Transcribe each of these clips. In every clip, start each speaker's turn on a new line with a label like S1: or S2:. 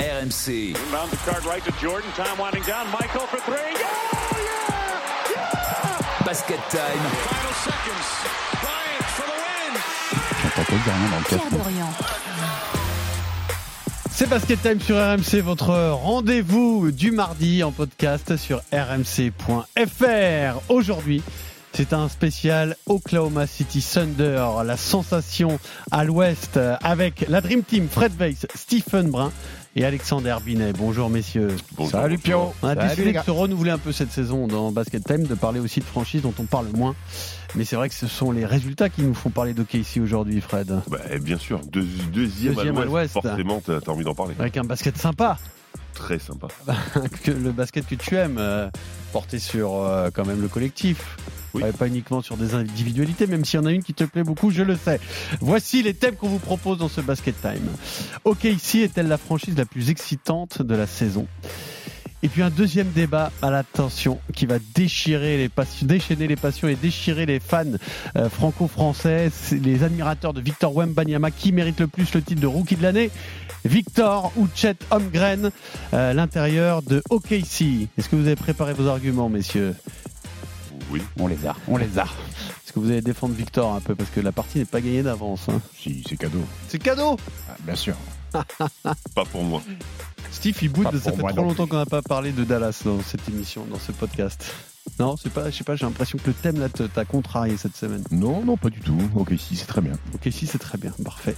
S1: RMC.
S2: Inbound the card right to Jordan. Time winding down. Michael for three. Yeah! Yeah! Yeah!
S1: Basket Time.
S3: Final seconds. Bryant for the win.
S4: Pierre Dorian.
S5: C'est Basket Time sur RMC, votre rendez-vous du mardi en podcast sur rmc.fr. Aujourd'hui, c'est un spécial Oklahoma City Thunder, la sensation à l'ouest euh, avec la Dream Team Fred Weiss, Stephen Brun et Alexander Binet. Bonjour messieurs.
S6: Salut Pierrot.
S5: On a
S6: Salut,
S5: décidé
S6: les
S5: de
S6: gars.
S5: se renouveler un peu cette saison dans Basket Time, de parler aussi de franchises dont on parle moins. Mais c'est vrai que ce sont les résultats qui nous font parler d'OKC ici aujourd'hui, Fred.
S7: Bah, bien sûr, Deux- deuxième,
S5: Deuxième à
S7: à l'ouest,
S5: l'ouest.
S7: forcément, t'as t'as envie d'en parler.
S5: Avec un basket sympa.
S7: Très sympa.
S5: que le basket que tu aimes, euh, porté sur euh, quand même le collectif.
S7: Oui.
S5: Ouais, pas uniquement sur des individualités, même s'il y en a une qui te plaît beaucoup, je le sais. Voici les thèmes qu'on vous propose dans ce Basket Time. Ok, ici est-elle la franchise la plus excitante de la saison Et puis un deuxième débat à l'attention qui va déchirer les passions, déchaîner les passions et déchirer les fans euh, franco-français, C'est les admirateurs de Victor Wembanyama qui mérite le plus le titre de rookie de l'année. Victor ou Chet Holmgren, euh, l'intérieur de OKC. Est-ce que vous avez préparé vos arguments, messieurs
S7: Oui.
S6: On les a, on les a.
S5: Est-ce que vous allez défendre Victor un peu Parce que la partie n'est pas gagnée d'avance. hein.
S6: Si, c'est cadeau.
S5: C'est cadeau
S6: Ah, bien sûr.
S7: Pas pour moi.
S5: Steve, il boude,
S6: Pas
S5: ça
S6: pour
S5: fait
S6: moi
S5: trop
S6: non
S5: longtemps
S6: plus.
S5: qu'on n'a pas parlé de Dallas dans cette émission, dans ce podcast. Non, c'est pas, je sais pas, j'ai l'impression que le thème là te- t'a contrarié cette semaine.
S6: Non, non, pas du tout. Ok, si, c'est très bien.
S5: Ok, si, c'est très bien, parfait.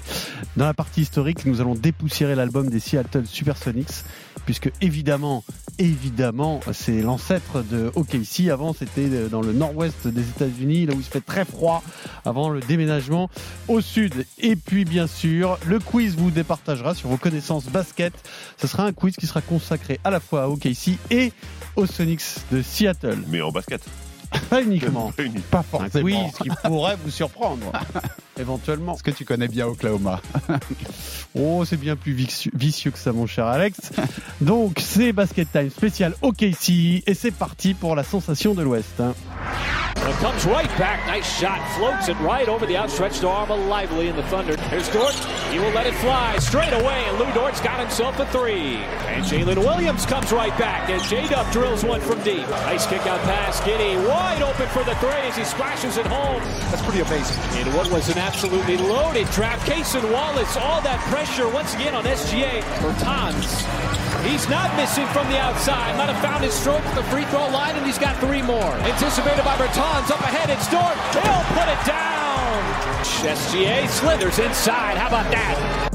S5: Dans la partie historique, nous allons dépoussiérer l'album des Seattle Supersonics, puisque évidemment, évidemment, c'est l'ancêtre de Ok, si. Avant, c'était dans le nord-ouest des États-Unis, là où il se fait très froid, avant le déménagement au sud. Et puis, bien sûr, le quiz vous départagera sur vos connaissances basket. Ce sera un quiz qui sera consacré à la fois à Ok, si et aux Sonics de Seattle.
S7: Mais en basket.
S5: Pas uniquement.
S7: Pas unique.
S6: Pas
S5: Un quiz qui pourrait vous surprendre, éventuellement.
S6: Est-ce que tu connais bien Oklahoma
S5: Oh, c'est bien plus vicieux, vicieux que ça, mon cher Alex. Donc, c'est Basket Time spécial OKC et c'est parti pour la sensation de l'Ouest. hein.
S2: Well, comes right back. Nice shot. Floats it right over the outstretched arm of Lively in the Thunder. Here's Dort. He will let it fly straight away. And Lou Dort's got himself a three. And Jalen Williams comes right back. And J-Dub drills one from deep. Nice kick out pass. Giddy wide open for the three as he splashes it home.
S3: That's pretty amazing.
S2: And what was an absolutely loaded draft. Cason Wallace, all that pressure once again on SGA. Bertans. He's not missing from the outside. Might have found his stroke at the free throw line, and he's got three more. Anticipated by Bertans. Up ahead, it's Dort. He'll put it down. SGA slithers inside. How about that?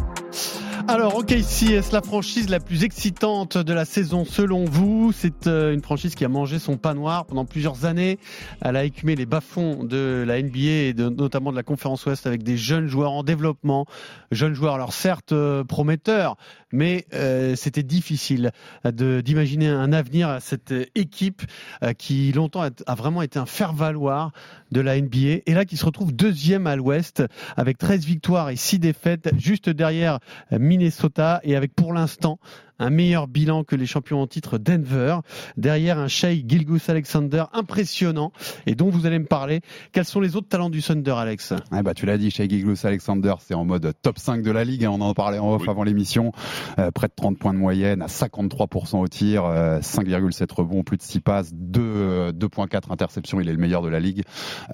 S5: Alors, OKC, est-ce la franchise la plus excitante de la saison selon vous C'est euh, une franchise qui a mangé son pain noir pendant plusieurs années. Elle a écumé les bas-fonds de la NBA et de- notamment de la conférence Ouest avec des jeunes joueurs en développement. Jeunes joueurs, alors certes euh, prometteurs, mais euh, c'était difficile de- d'imaginer un avenir à cette euh, équipe euh, qui longtemps a, a vraiment été un faire-valoir de la NBA et là qui se retrouve deuxième à l'Ouest avec 13 victoires et 6 défaites juste derrière euh, Minnesota et avec pour l'instant un meilleur bilan que les champions en titre Denver. Derrière un Shea Gilgus Alexander impressionnant et dont vous allez me parler. Quels sont les autres talents du Thunder, Alex
S6: Ah bah, tu l'as dit, Shai Gilgeous Alexander, c'est en mode top 5 de la ligue. hein, on en parlait en off
S7: Oui.
S6: avant l'émission. Euh, près de 30 points de moyenne, à 53% au tir, euh, 5,7 rebonds, plus de 6 passes, 2, euh, 2,4 interceptions. Il est le meilleur de la ligue.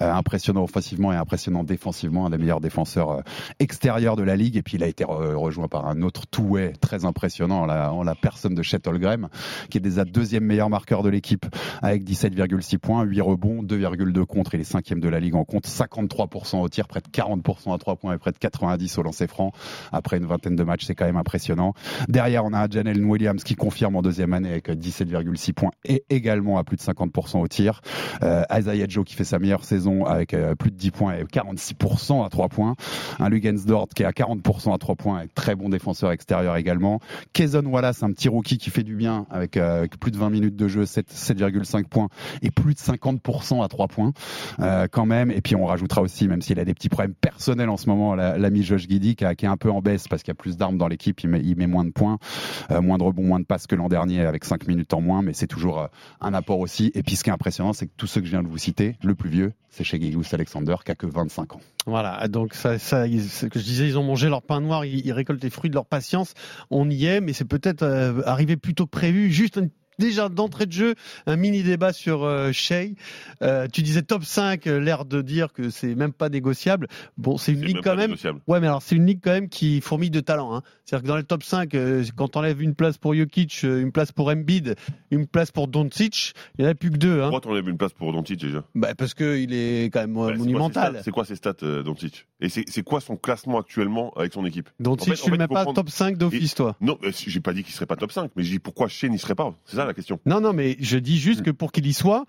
S6: Euh, impressionnant offensivement et impressionnant défensivement. Un des meilleurs défenseurs euh, extérieurs de la ligue. Et puis, il a été re- euh, rejoint par un autre two-way très impressionnant en la, en la personne de Chet Holmgren, qui est déjà deuxième meilleur marqueur de l'équipe avec 17,6 points, 8 rebonds, 2,2 contre. Il est cinquième de la ligue en compte, 53% au tir, près de 40% à 3 points et près de 90 au lancer franc. Après une vingtaine de matchs, c'est quand même impressionnant. Derrière, on a Janelle Williams qui confirme en deuxième année avec 17,6 points et également à plus de 50% au tir. Euh, Isaiah Joe qui fait sa meilleure saison avec euh, plus de 10 points et 46% à 3 points. Un Lugensdort qui est à 40% à 3 points avec très bon défenseur extérieur également. Kayson Wallace, un petit rookie qui fait du bien avec, euh, avec plus de 20 minutes de jeu, 7 7,5 points et plus de 50% à 3 points euh, quand même. Et puis on rajoutera aussi, même s'il a des petits problèmes personnels en ce moment, la- l'ami Josh Giddy qui, a- qui est un peu en baisse parce qu'il y a plus d'armes dans l'équipe, il, met- il met moins de points, euh, moins de rebonds, moins de passes que l'an dernier avec 5 minutes en moins, mais c'est toujours euh, un apport aussi. Et puis ce qui est impressionnant, c'est que tous ceux que je viens de vous citer, le plus vieux, c'est chez Gilous Alexander qui a que 25 ans.
S5: Voilà, donc ça, ça ils- ce que je disais, ils ont mangé leur pain noir, ils, ils récoltent les fruits de leur patience. On y est, mais c'est peut-être peut-être euh, arriver plus tôt que prévu. Juste une déjà d'entrée de jeu un mini débat sur euh, Shea. Euh, tu disais top 5, euh, l'air de dire que c'est même pas négociable. Bon, c'est une
S7: C'est
S5: ligue
S7: même
S5: quand
S7: pas
S5: même.
S7: négociable.
S5: Ouais, mais alors c'est une ligue quand même qui fourmille de talent. hein. C'est-à-dire que dans le top 5, euh, quand t'enlèves une place pour Jokic, euh, une place pour Embiid, une place pour Doncic, il n'y en a plus que deux. Hein.
S7: Pourquoi t'enlèves une place pour Doncic déjà
S5: Bah, parce que il est quand même euh,
S7: Ouais, c'est quoi ses
S5: monumental.
S7: stats- C'est quoi ses stats, euh, Doncic Et c'est c'est quoi son classement actuellement avec son équipe
S5: Doncic,
S7: En fait-
S5: tu
S7: en
S5: le
S7: fait,
S5: mets
S7: faut
S5: pas
S7: prendre-
S5: top 5 d'office, toi.
S7: Non, euh, j'ai pas dit qu'il serait pas top 5, mais j'ai dit pourquoi Shea n'y serait pas. C'est ça la question.
S5: Non, non, mais je dis juste
S7: Mm.
S5: que pour qu'il y soit,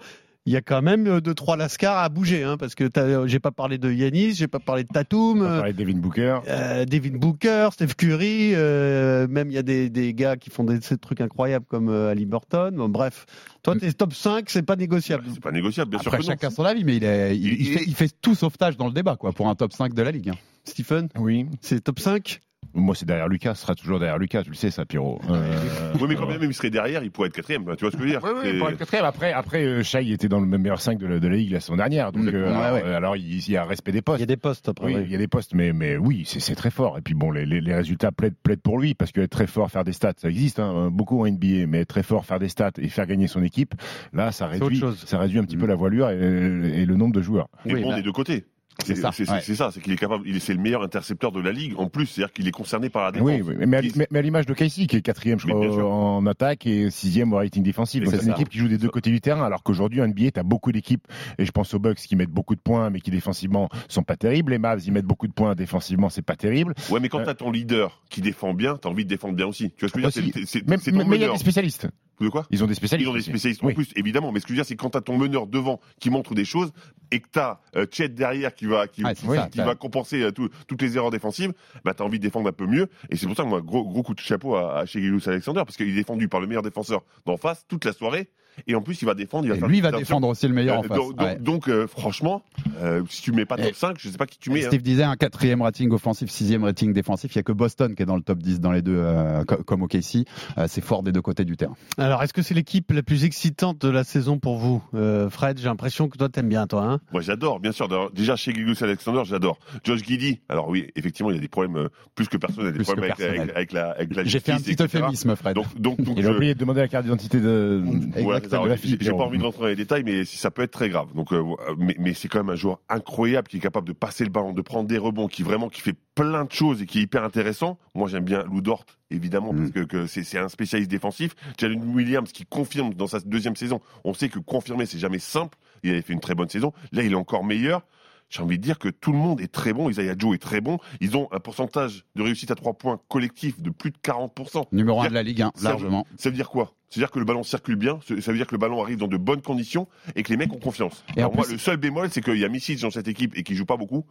S5: il y a quand même euh, deux trois lascars à bouger, hein, parce que t'as- euh, j'ai pas parlé de Yanis, j'ai pas parlé de Tatum,
S1: On va
S5: euh,
S1: parler de Devin Booker.
S5: euh, Devin Booker, Steph Curry, euh, même il y a des, des gars qui font des, ces trucs incroyables comme euh, Ali Burton. Bon, bref, toi t'es top 5, c'est pas
S7: Bah,
S5: négociable.
S7: C'est pas négociable, bien
S6: Après,
S7: sûr que non.
S6: chacun son avis, mais il, est- il-
S7: Il-
S6: il fait, il fait tout sauvetage dans le débat quoi, pour un top 5 de la Ligue. hein.
S5: Stephen,
S1: Oui.
S5: c'est top 5
S1: Moi, c'est derrière Lucas. Ce sera toujours derrière Lucas. Tu le sais, ça, Pierrot. Euh,
S7: Oui, mais quand même, il serait derrière, il pourrait être quatrième. bah, Tu vois ce que je veux dire
S1: Oui, oui,
S7: C'est-
S1: pour être quatrième. Après, après euh, Shai était dans le meilleur 5 de la, de la Ligue la saison dernière. Donc,
S6: Exactement.
S1: euh, alors,
S6: Ouais, ouais.
S1: euh, alors, il il y a respect
S5: Il
S1: des
S5: y
S1: postes.
S5: a des postes après.
S1: Oui,
S5: oui.
S1: il y a des postes, mais, mais oui, c'est- c'est très fort. Et puis bon, les, les- les résultats plaident, plaident pour lui, parce que être très fort, faire des stats, ça existe hein, beaucoup en NBA, mais être très fort, faire des stats et faire gagner son équipe, là, ça
S5: autre
S1: réduit,
S5: chose.
S1: ça réduit un petit peu la voilure et, et le nombre de joueurs.
S7: Et
S5: Oui,
S7: bon
S5: bah-
S7: des deux côtés.
S6: C'est ça,
S7: C'est
S6: ouais.
S7: c'est ça, c'est qu'il est capable. Il est, c'est le meilleur intercepteur de la ligue. En plus, c'est-à-dire qu'il est concerné par la défense.
S1: Oui, oui, mais, à,
S7: Qui-
S1: mais- mais à l'image de Casey, qui est quatrième, je
S7: Oui, bien
S1: crois,
S7: sûr.
S1: en attaque et sixième au rating défensif.
S7: Et
S1: Donc,
S7: c'est
S1: C'est une
S7: ça.
S1: équipe qui joue des deux côtés du terrain, alors qu'aujourd'hui, en NBA, t'as beaucoup d'équipes, et je pense aux Bucks qui mettent beaucoup de points, mais qui défensivement sont pas terribles. Les Mavs, ils mettent beaucoup de points, défensivement, c'est pas terrible.
S7: Ouais, mais quand
S1: Euh.
S7: t'as ton leader qui défend bien, t'as envie de défendre bien aussi. Tu vois ce que je veux
S1: Aussi.
S7: dire C'est- c'est-
S1: Mais
S7: C'est
S1: mais-
S7: ton
S1: mais il y a
S7: meneur.
S1: des spécialistes.
S7: De quoi
S1: Ils ont des spécialistes.
S7: Ils ont des
S1: aussi.
S7: spécialistes en
S1: Oui.
S7: plus, évidemment. Mais ce que je veux dire, c'est quand t'as ton meneur devant qui montre des choses et que t'as euh, Chet derrière qui va qui,
S6: Ah, c'est
S7: qui-
S6: ça,
S7: qui
S6: t'as-
S7: va compenser euh, tout- toutes les erreurs défensives, bah t'as envie de défendre un peu mieux. Et c'est pour ça que moi, gros gros coup de chapeau à, à Shai Alexander parce qu'il est défendu par le meilleur défenseur d'en face toute la soirée. Et en plus, il va défendre. Il va
S6: Et
S7: faire
S6: lui, il
S7: des
S6: va
S7: interceptions.
S6: défendre aussi le meilleur en
S7: Euh,
S6: face.
S7: donc, donc-
S6: Ouais.
S7: donc, euh, franchement, euh, si tu mets pas
S6: Et-
S7: top 5, je sais pas qui tu mets. hein.
S6: Steve disait un quatrième rating offensif, sixième rating défensif. Il n'y a que Boston qui est dans le top 10 dans les deux, euh, co- comme au Casey. Euh, c'est fort des deux côtés du terrain.
S5: Alors, est-ce que c'est l'équipe la plus excitante de la saison pour vous Euh, Fred, j'ai l'impression que toi t'aimes bien, toi. Hein
S7: Moi, j'adore, bien sûr. D'ailleurs, Déjà, chez Gilgus Alexander, j'adore. Josh Giddy, alors oui, effectivement, il y a des problèmes euh, plus que personnels, des
S6: Plus que
S7: problèmes avec,
S6: personnels.
S7: avec- avec la, avec la
S6: J'ai fait un
S7: justice,
S6: petit
S7: etc.
S6: euphémisme, Fred.
S7: Donc, donc, donc,
S1: Il
S7: je-
S1: a oublié de demander la carte d'identité de.
S7: Ouais,
S1: Exactement.
S7: alors,
S1: La
S7: j'ai
S1: fille,
S7: j'ai pas
S1: Pierrot.
S7: envie de rentrer dans les détails, mais si- ça peut être très grave. Donc, euh, mais mais c'est quand même un joueur incroyable qui est capable de passer le ballon, de prendre des rebonds, qui vraiment qui fait plein de choses et qui est hyper intéressant. Moi, j'aime bien Lou Dort, évidemment, parce que, que c'est c'est un spécialiste défensif. Jalen Williams qui confirme dans sa deuxième saison. On sait que confirmer, c'est jamais simple. Il avait fait une très bonne saison. Là, il est encore meilleur. J'ai envie de dire que tout le monde est très bon. Isaiah Joe est très bon. Ils ont un pourcentage de réussite à trois points collectif de plus de 40%.
S6: Numéro 1 de la Ligue 1,
S7: Serge.
S6: largement.
S7: Ça veut dire quoi Ça veut dire que le ballon circule bien, ça veut dire que le ballon arrive dans de bonnes conditions et que les mecs ont confiance.
S6: Et
S7: Alors
S6: en
S7: moi,
S6: plus-
S7: le seul bémol, c'est qu'il y a Missy dans cette équipe et qui joue pas beaucoup.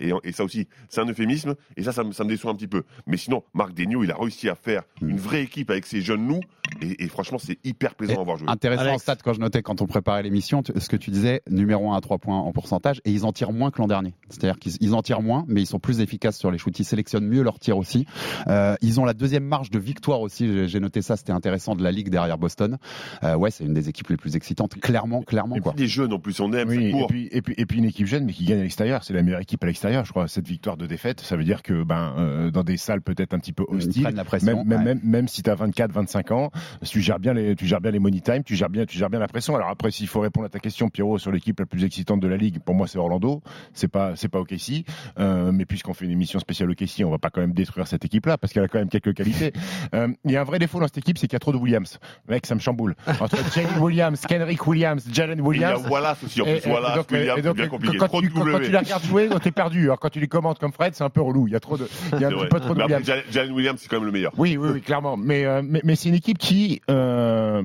S7: Et, et ça aussi, c'est un euphémisme. Et ça, ça me, ça me déçoit un petit peu. Mais sinon, Marc Degnaud, il a réussi à faire
S1: Mm.
S7: une vraie équipe avec ses jeunes loups. Et, et franchement, c'est hyper plaisant à voir jouer.
S6: Intéressant
S5: Alex.
S6: stat quand je notais quand on préparait l'émission, tu- ce que tu disais, numéro 1 à 3 points en pourcentage, et ils en tirent moins que l'an dernier. C'est-à-dire qu'ils ils en tirent moins, mais ils sont plus efficaces sur les shoots, ils sélectionnent mieux leurs tirs aussi. Euh, ils ont la deuxième marge de victoire aussi, j'ai- j'ai noté ça, c'était intéressant de la Ligue derrière Boston. Euh, ouais, c'est une des équipes les plus excitantes, clairement, clairement
S7: Et puis
S6: quoi.
S7: des jeunes, en plus, on aime,
S1: Oui,
S7: ça
S1: et
S7: court.
S1: puis, et, puis, et puis une équipe jeune mais qui gagne à l'extérieur, c'est la meilleure équipe à l'extérieur, je crois. Cette victoire de défaite, ça veut dire que ben euh, dans des salles peut-être un petit peu
S6: Ils
S1: hostiles,
S6: prennent la pression.
S1: même, même,
S6: ouais.
S1: même, même si tu as 24, 25 ans, tu gères bien les, tu gères bien les money time, tu gères bien, tu gères bien la pression. Alors après, s'il faut répondre à ta question, Pierrot, sur l'équipe la plus excitante de la ligue, pour moi, c'est Orlando. C'est pas, c'est pas OKC. Euh, mais puisqu'on fait une émission spéciale OKC, on va pas quand même détruire cette équipe-là parce qu'elle a quand même quelques qualités. Euh, Il y a un vrai défaut dans cette équipe, c'est qu'il y a trop de Williams. Mec, ça me chamboule. Entre Jalen Williams, Kendrick Williams, Jalen
S7: Et il y a
S1: Williams.
S7: Wallace aussi, en
S1: Et-
S7: plus.
S1: et-
S7: Wallace,
S1: et donc,
S7: Williams,
S1: et
S7: c'est
S1: donc,
S7: bien compliqué.
S1: Quand,
S7: Trop de
S1: tu, quand- quand
S7: W.
S1: tu la regardes jouer, donc t'es perdu. Alors quand tu les commandes comme Fred, c'est un peu relou. Il y a trop de, il y
S7: C'est
S1: a un petit
S7: vrai.
S1: peu trop de
S7: Mais après,
S1: Williams.
S7: Jalen Jalen Williams, c'est quand même le meilleur.
S1: Oui, oui, oui, clairement. Mais, euh, mais, mais c'est une équipe qui. euh,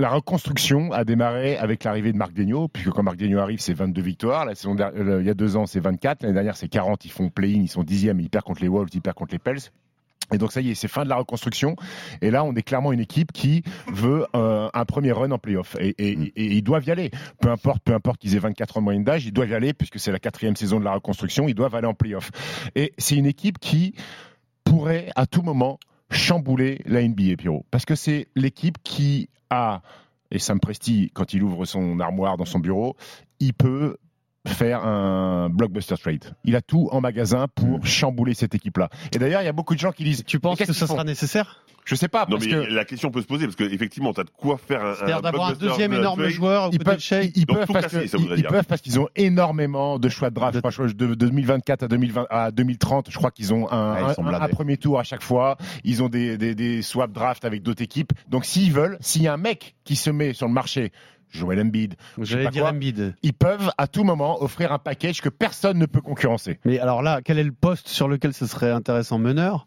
S1: la reconstruction a démarré avec l'arrivée de Marc Daigneault, puisque quand Marc Daigneault arrive, c'est 22 victoires. La saison der- euh, il y a deux ans, c'est 24. L'année dernière, c'est 40. Ils font play-in, ils sont 10e, ils perdent contre les Wolves, ils perdent contre les Pels. Et donc ça y est, c'est fin de la reconstruction. Et là, on est clairement une équipe qui veut euh, un premier run en playoff. Et, et- et ils doivent y aller. Peu importe, peu importe qu'ils aient 24 ans de moyenne d'âge, ils doivent y aller, puisque c'est la quatrième saison de la reconstruction, ils doivent aller en playoff. Et c'est une équipe qui pourrait à tout moment chambouler la NBA, Pierrot. Parce que c'est l'équipe qui a, et Sam Presti, quand il ouvre son armoire dans son bureau, il peut faire un blockbuster trade. Il a tout en magasin pour chambouler cette équipe-là. Et d'ailleurs, il y a beaucoup de gens qui disent
S5: Hmm. Tu penses
S1: Mais qu'est-ce
S5: que ça
S1: qu'ils font
S5: sera nécessaire
S1: Je sais pas,
S7: Non,
S1: parce
S7: mais
S1: que
S7: la question peut se poser, parce qu'effectivement, tu as de quoi faire
S1: Euh,
S7: un.
S5: C'est-à-dire d'avoir un
S7: blockbuster
S5: deuxième
S7: de-
S5: énorme
S7: de-
S5: joueur aux
S1: ils
S5: côtés
S1: peuvent,
S5: de Shea
S1: ils- ils
S7: Donc,
S1: peuvent
S7: tout
S1: parce
S7: casser,
S1: que-
S7: ça voudrait
S1: ils- ils
S7: dire.
S1: peuvent parce qu'ils ont énormément de choix de draft.
S5: De-
S1: Je crois que De, de 2024 à, 2020, à 2030, je crois qu'ils ont un,
S6: Ouais, ils sont
S1: un- un
S6: blindés.
S1: premier tour à chaque fois. Ils ont des, des, des swap draft avec d'autres équipes. Donc s'ils veulent, s'il y a un mec qui se met sur le marché, Joel Embiid,
S5: J'allais
S1: pas
S5: dire
S1: quoi.
S5: Embiid.
S1: ils peuvent à tout moment offrir un package que personne ne peut concurrencer.
S5: Mais alors là, quel est le poste sur lequel ce serait intéressant meneur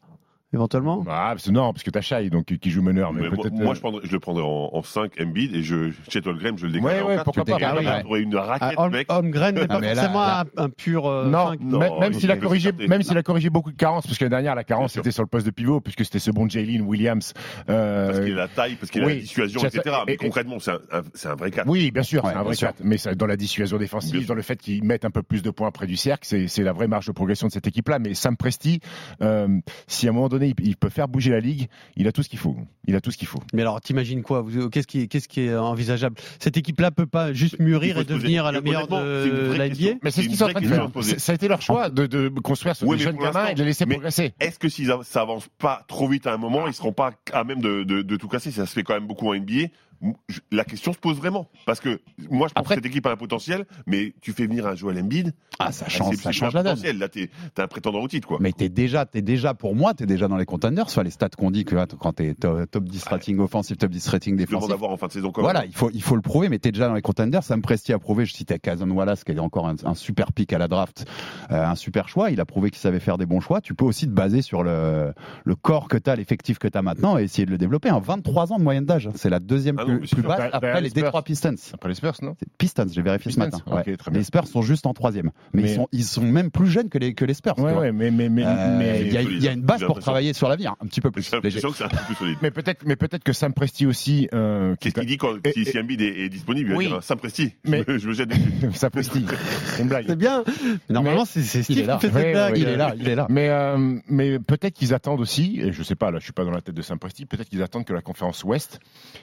S5: éventuellement
S1: Ah, parce, non, parce que t'as Shai, donc qui joue meneur, mais,
S7: Mais moi,
S1: peut-être.
S7: moi,
S1: euh,
S7: je, prendrais- je le prendrais en, en 5 Embiid et je, chez Tolgrem, je le déclare
S1: Ouais,
S7: en
S1: ouais,
S7: 4.
S1: pourquoi
S7: tu
S1: pas,
S7: déclares,
S1: bah oui,
S7: t'as
S1: ouais.
S7: trouvé une raquette,
S5: Ah, Holm-
S7: mec.
S5: Holmgren n'est pas
S6: Ah, mais là-
S5: forcément
S6: là-
S5: un- un pur euh,
S1: non,
S5: cinq.
S7: non,
S1: même- même
S7: il
S1: s'il a
S7: peut
S1: corrigé,
S7: s'écarter.
S1: même s'il a corrigé beaucoup de carences, parce que la dernière, la carence,
S7: sûr.
S1: c'était sur le poste de pivot, puisque c'était ce bon Jalen Williams. euh,
S7: Parce qu'il a la taille, parce qu'il a
S1: oui.
S7: la dissuasion,
S1: Ça-
S7: etc.
S1: et-
S7: Mais
S1: et-
S7: concrètement, c'est un, un- c'est un vrai 4.
S1: Oui, bien sûr,
S6: Ouais,
S1: c'est un
S6: bien
S1: vrai
S6: sûr.
S1: 4. Mais ça, dans la dissuasion
S7: Bien
S1: défensive,
S7: sûr.
S1: dans le fait qu'ils mettent un peu plus de points près du cercle, c'est c'est la vraie marge de progression de cette équipe-là. Mais Sam Presti, euh, si à un moment donné, il, il peut faire bouger la ligue, il a tout ce qu'il faut. Il a tout ce qu'il faut.
S5: Mais alors, t'imagines quoi Vous- Qu'est-ce qui, est- qu'est-ce qui est envisageable Cette équipe-là peut pas juste mûrir
S7: faut
S5: et
S7: se poser-
S5: devenir la
S7: honnêtement,
S5: meilleure
S7: c'est une
S5: de
S7: vraie
S5: la NBA
S7: question.
S1: Mais c'est
S7: C'est
S1: ce qu'ils
S7: une
S1: sont en
S7: vraie
S1: train de
S7: question
S1: faire.
S7: à se poser.
S1: C'est- Ça a été leur choix de, de construire sur
S7: Oui,
S1: des
S7: mais
S1: jeunes
S7: pour
S1: gamins
S7: l'instant-
S1: et de les laisser
S7: mais-
S1: progresser.
S7: Est-ce que s'ils av- ça avance pas trop vite à un moment, ils seront pas à même de, de- de tout casser Ça se fait quand même beaucoup en NBA. M- je- La question se pose vraiment. Parce que moi, je pense
S1: Après-
S7: que cette équipe a un potentiel, mais tu fais venir un Joel Embiid, bah,
S6: Ah, ça
S7: c'est
S6: change, ça
S7: c'est
S6: change
S7: pas un
S6: la donne.
S7: potentiel. Là, t'es t'es un prétendant au titre, quoi.
S6: Mais t'es déjà, t'es déjà, pour moi, t'es déjà dans les contenders. Soit les stats qu'on dit que là, t- quand t'es to- top 10 rating offensif, top 10 rating
S7: Je demande
S6: défensif.
S7: à voir en fin de saison comment.
S6: Voilà, il faut, il faut le prouver, mais t'es déjà dans les contenders. Sam Presti a prouvé, je citais Kazan Wallace, qui est encore un, un super pick à la draft, euh, un super choix. Il a prouvé qu'il savait faire des bons choix. Tu peux aussi te baser sur le, le corps que t'as, l'effectif que t'as maintenant et essayer de le développer. En 23 ans de moyenne d'âge, hein. c'est la deuxième
S7: Ah non,
S6: plus,
S7: mais c'est
S6: plus
S7: sûr.
S6: basse
S1: Bah, bah,
S6: après les
S1: les Spurs.
S6: Detroit Pistons.
S1: Après les Spurs, non
S6: C'est Pistons, j'ai vérifié
S1: Pistons,
S6: ce matin. ouais.
S1: Ok, très bien.
S6: Les Spurs sont juste en troisième, mais,
S1: Mais-
S6: ils, sont, ils sont même plus jeunes que les, que les Spurs. tu
S1: Ouais,
S6: vois.
S1: ouais, mais, mais, mais,
S6: Euh,
S1: mais- hein.
S6: il y a-
S7: solide.
S6: il y a une base
S7: J'ai
S6: pour
S7: l'impression.
S6: travailler sur l'avenir, un petit peu plus.
S7: J'ai
S6: léger.
S7: l'impression que c'est un peu plus solide.
S1: mais peut-être, mais peut-être que Sam Presti aussi, euh, qui-
S7: Qu'est-ce qu'il dit quand
S1: Et-
S7: si,
S1: et-
S7: si Embiid est, est disponible Il
S1: Oui.
S7: va dire Sam Presti,
S1: Mais-
S7: je, me, je me jette dessus.
S1: Sam Presti, c'est une blague.
S5: C'est bien. Normalement, c'est c'est Steve
S6: est là.
S5: qui fait
S1: Ouais,
S5: cette blague.
S1: ouais,
S6: Il est là, il est là.
S1: Mais, euh, mais peut-être qu'ils attendent aussi, et je sais pas, là je suis pas dans la tête de Saint-Presti, peut-être qu'ils attendent que la conférence Ouest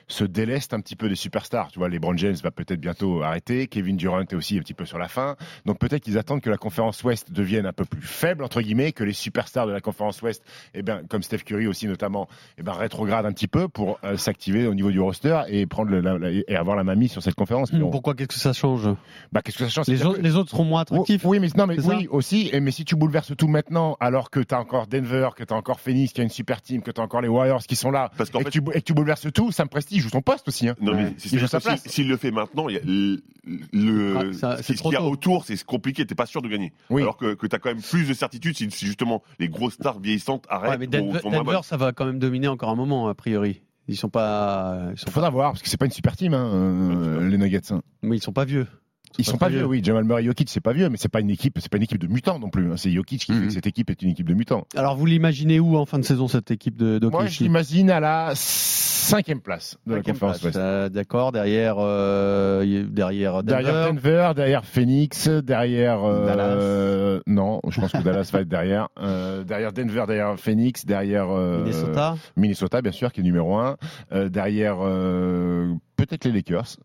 S1: se déleste un petit peu des superstars. Tu vois, LeBron James va peut-être bientôt arrêter, Kevin Durant est aussi un petit peu sur la fin. Donc peut-être qu'ils attendent que la conférence Ouest devienne un peu plus faible, entre guillemets, que les superstars de la conférence Ouest, eh ben, comme Steph Curry aussi notamment, eh ben, rétrogradent un petit peu pour euh, s'activer au niveau du roster et, prendre le- la- la- et avoir la main mise sur cette conférence. Mais
S5: Hum,
S1: on-
S5: Pourquoi Qu'est-ce que ça change
S1: bah, qu'est-ce que ça change
S5: les,
S1: C'est-à-dire
S5: autres- les autres seront
S6: Oh.
S5: moins attractifs.
S1: Oh, oui, mais, non, mais
S5: C'est ça
S1: oui, aussi. Et, mais si tu bouleverses tout maintenant, alors que tu as encore Denver, que tu as encore Phoenix, qui a une super team, que tu as encore les Warriors qui sont là,
S7: Parce qu'en
S1: et,
S7: fait-
S1: que tu, bou- et que tu bouleverses tout, Sam Presti joue son poste aussi. Hein.
S7: Non, mais
S1: Ouais.
S7: c'est-
S1: il joue
S7: c'est-à-dire
S1: sa
S7: que si-
S1: place.
S7: s'il le fait maintenant, il y a le, le-
S5: Ah, ça-
S7: ce qui-
S5: c'est
S7: ce
S5: trop
S7: qu'il y a
S5: tôt.
S7: autour, c'est compliqué, t'es pas sûr de gagner.
S1: Oui.
S7: Alors que, que t'as quand même plus de certitude si, si justement les grosses stars vieillissantes
S5: Ouais,
S7: arrêtent
S5: mais
S7: ou
S5: Denver,
S7: sont moins
S5: Denver,
S7: bonnes.
S5: ça va quand même dominer encore un moment, a priori. Ils sont pas, ils sont
S1: Il faudra voir, parce que c'est pas une super team, hein, euh, les Nuggets. hein.
S5: mais ils sont pas vieux.
S1: Ils sont pas vieux, oui. Jamal Murray, Jokic, c'est pas vieux, mais c'est pas une équipe, c'est pas une équipe de mutants non plus. hein. C'est Jokic qui
S6: Mhm.
S1: fait que cette équipe est une équipe de mutants.
S5: Alors vous l'imaginez où en fin de saison cette équipe de
S1: Moi,
S5: d'Oknichi
S1: je l'imagine à la cinquième place de la
S5: Cinquième
S1: conférence
S5: place,
S1: Ouest.
S5: euh, D'accord, derrière, euh, y- derrière Denver.
S1: Derrière Denver, derrière Phoenix, derrière euh, non, je pense que Dallas va être derrière. Euh, derrière Denver, derrière Phoenix, derrière euh,
S5: Minnesota.
S1: Minnesota, bien sûr, qui est numéro un. Euh, derrière euh, peut-être les Lakers.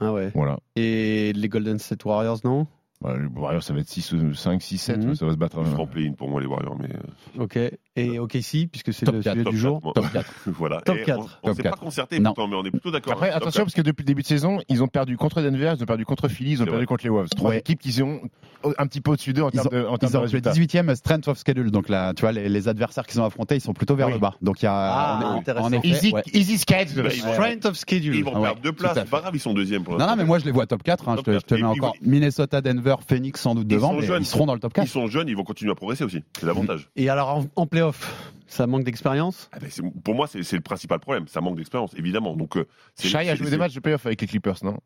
S5: Ah ouais.
S1: Voilà.
S5: Et les Golden State Warriors, non
S1: Bah, les Warriors, ça va être 6, 5, 6, 7.
S5: Mhm.
S1: Ça va se battre. euh.
S7: Ils seront en play-in pour moi, les Warriors, mais euh,
S5: Ok. Et OKC, puisque c'est
S6: Top
S5: le
S6: quatre,
S5: sujet
S7: top
S5: du jour.
S7: quatre, moi.
S6: Top 4.
S7: voilà.
S5: Top
S7: Et on-
S5: quatre.
S7: On
S6: Top
S7: s'est pas
S6: quatre.
S7: concerté,
S6: Non.
S7: pourtant, mais on est plutôt d'accord.
S1: Après,
S7: hein. Top
S1: attention, parce que depuis le début de saison, ils ont perdu contre Denver, ils ont perdu contre Philly, ils ont
S7: C'est
S1: perdu
S7: vrai.
S1: contre les Wolves. Trois
S6: Ouais.
S1: équipes qui sont un petit peu au-dessus d'eux en
S6: Ils
S1: termes de, en
S6: Ils
S1: termes de
S6: ont le
S1: résultats.
S6: 18e strength of schedule, donc là, tu vois, les, les adversaires qu'ils ont affrontés, ils sont plutôt vers
S1: Oui.
S6: le bas. Donc il y a,
S5: Ah,
S6: en- en-
S5: intéressant.
S6: en effet,
S1: Easy,
S6: ouais.
S1: easy schedule.
S7: Bah, ils vont-
S5: Strength of schedule.
S7: Ils vont
S6: Ouais,
S7: perdre deux
S6: tout à
S7: places. C'est
S6: fait.
S7: pas grave, ils sont deuxième pour
S6: Non,
S7: l'instant.
S6: non, mais moi je les vois top 4. hein.
S7: Top
S6: je, te, je te
S7: quatre.
S6: mets
S7: Et puis,
S6: encore
S7: oui.
S6: Minnesota, Denver, Phoenix sans doute
S7: Ils
S6: devant,
S7: sont
S6: mais
S7: jeunes.
S6: ils seront dans le top 4.
S7: Ils sont jeunes, ils vont continuer à progresser aussi. C'est l'avantage.
S5: Et alors en, en playoff, ça manque d'expérience
S7: Ah ben, c'est- pour moi, c'est c'est le principal problème. Ça manque d'expérience, évidemment. Donc, euh, c'est-
S1: Shai a
S7: c'est-
S1: joué
S7: c'est-
S1: des matchs de playoff avec les Clippers, non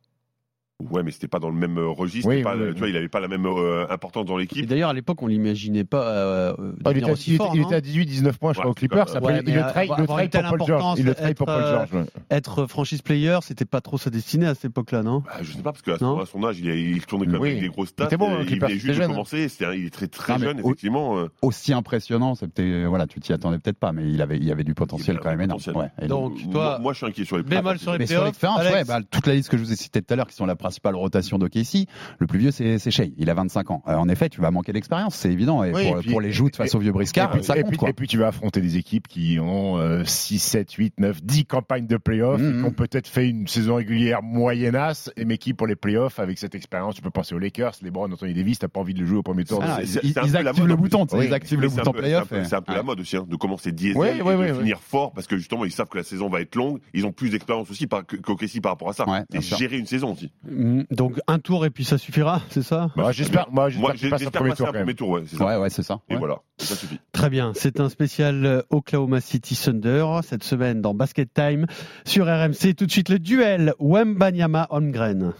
S7: Ouais, mais c'était pas dans le même euh, registre.
S1: Oui,
S7: c'était pas,
S1: oui,
S7: euh,
S1: oui.
S7: Tu vois, il avait pas la même euh, importance dans
S5: Et
S7: l'équipe.
S5: d'ailleurs, à l'époque, on l'imaginait pas euh, euh,
S1: Ah, il,
S5: devenir
S1: était,
S5: aussi
S1: il était-
S5: fort.
S1: il
S5: non
S1: était à 18-19 points, je
S7: Ouais,
S1: crois, aux
S7: c'est
S1: Clippers.
S7: pas-
S1: Après,
S5: Ouais,
S1: il
S5: mais
S1: le trade
S5: avoir- avoir une telle
S1: pour Paul George. Il le trade
S5: importance,
S1: pour Paul
S5: être,
S1: George. ouais.
S5: Être franchise player, c'était pas trop sa destinée à cette époque-là, non
S7: Bah, je sais pas, parce qu'à
S5: Non.
S7: son, à son âge, il, est- il tournait quand même
S1: Oui.
S7: avec des grosses
S1: Il
S7: stats.
S1: était bon, hein,
S7: euh, il
S1: Clippers,
S7: venait
S1: c'était
S7: juste de
S1: jeune.
S7: commencer. c'était un- il est très, très
S6: Non, mais
S7: jeune,
S6: au-
S7: effectivement. euh,
S6: Aussi impressionnant, c'est peut-être, euh, voilà, tu t'y attendais peut-être pas, mais il avait, il y avait du potentiel
S7: Il y avait
S6: quand même
S7: un
S6: énorme.
S7: potentiel.
S6: Ouais, et
S5: Donc,
S7: moi-
S5: toi,
S7: moi, je suis inquiet sur les
S5: bémol sur les
S1: Ah,
S6: mais sur
S5: playoffs.
S6: l'expérience, bah,
S5: Alex.
S6: ouais, bah, toute la liste que je vous ai citée tout à l'heure, qui sont la, prin- principales rotations d'OKC. Le plus vieux, c'est c'est Shea. Il a 25 ans. Euh, en effet, tu vas manquer d'expérience, c'est évident. Et
S1: Oui,
S6: pour,
S1: et puis-
S6: pour les joutes face
S1: et-
S6: au vieux briscard,
S1: et, puis,
S6: ça
S1: et
S6: compte.
S1: puis-
S6: quoi.
S1: et puis tu vas affronter des équipes qui ont euh, 6, 7, 8, 9, 10 campagnes de playoffs,
S6: Mhm.
S1: et qui ont peut-être fait une saison régulière moyennasse, et mais qui pour les playoffs, avec cette expérience, tu peux penser aux Lakers, les Browns, Anthony Davis, t'as pas envie de le jouer au premier tour.
S6: Ah,
S7: c'est-
S6: ils-
S7: c'est- c'est un peu
S6: ils
S7: la
S6: activent
S7: mode,
S6: le
S7: en plus.
S6: bouton, tu sais,
S1: Oui,
S6: ils activent
S7: Mais
S6: le
S7: c'est un
S6: bouton
S7: peu- c'est un
S6: playoff.
S7: peu- C'est un peu
S6: et-
S7: la mode aussi, hein, de commencer diesel
S1: Oui,
S7: et
S1: oui,
S7: de
S1: oui, oui.
S7: finir fort, parce que justement, ils savent que la saison va être longue. Ils ont plus d'expérience aussi par- que- qu'OKC par rapport à ça.
S6: Ouais, bien
S7: et
S6: sûr.
S7: gérer une saison aussi.
S5: Mm, Donc un tour et puis ça suffira, c'est ça
S1: Moi, Bah, j'espère, moi,
S7: Moi,
S1: j'espère qu'il
S7: j'ai-
S1: passe au
S7: j'espère
S1: premier
S7: passer
S1: tour
S7: un
S1: quand même.
S7: premier tour, ouais, c'est ça.
S6: Ouais, ouais, c'est ça.
S7: Et
S6: Ouais.
S7: voilà, Et ça suffit.
S5: Très bien, c'est un spécial euh, Oklahoma City Thunder cette semaine dans Basket Time sur RMC. Tout de suite le duel Wembanyama Holmgren.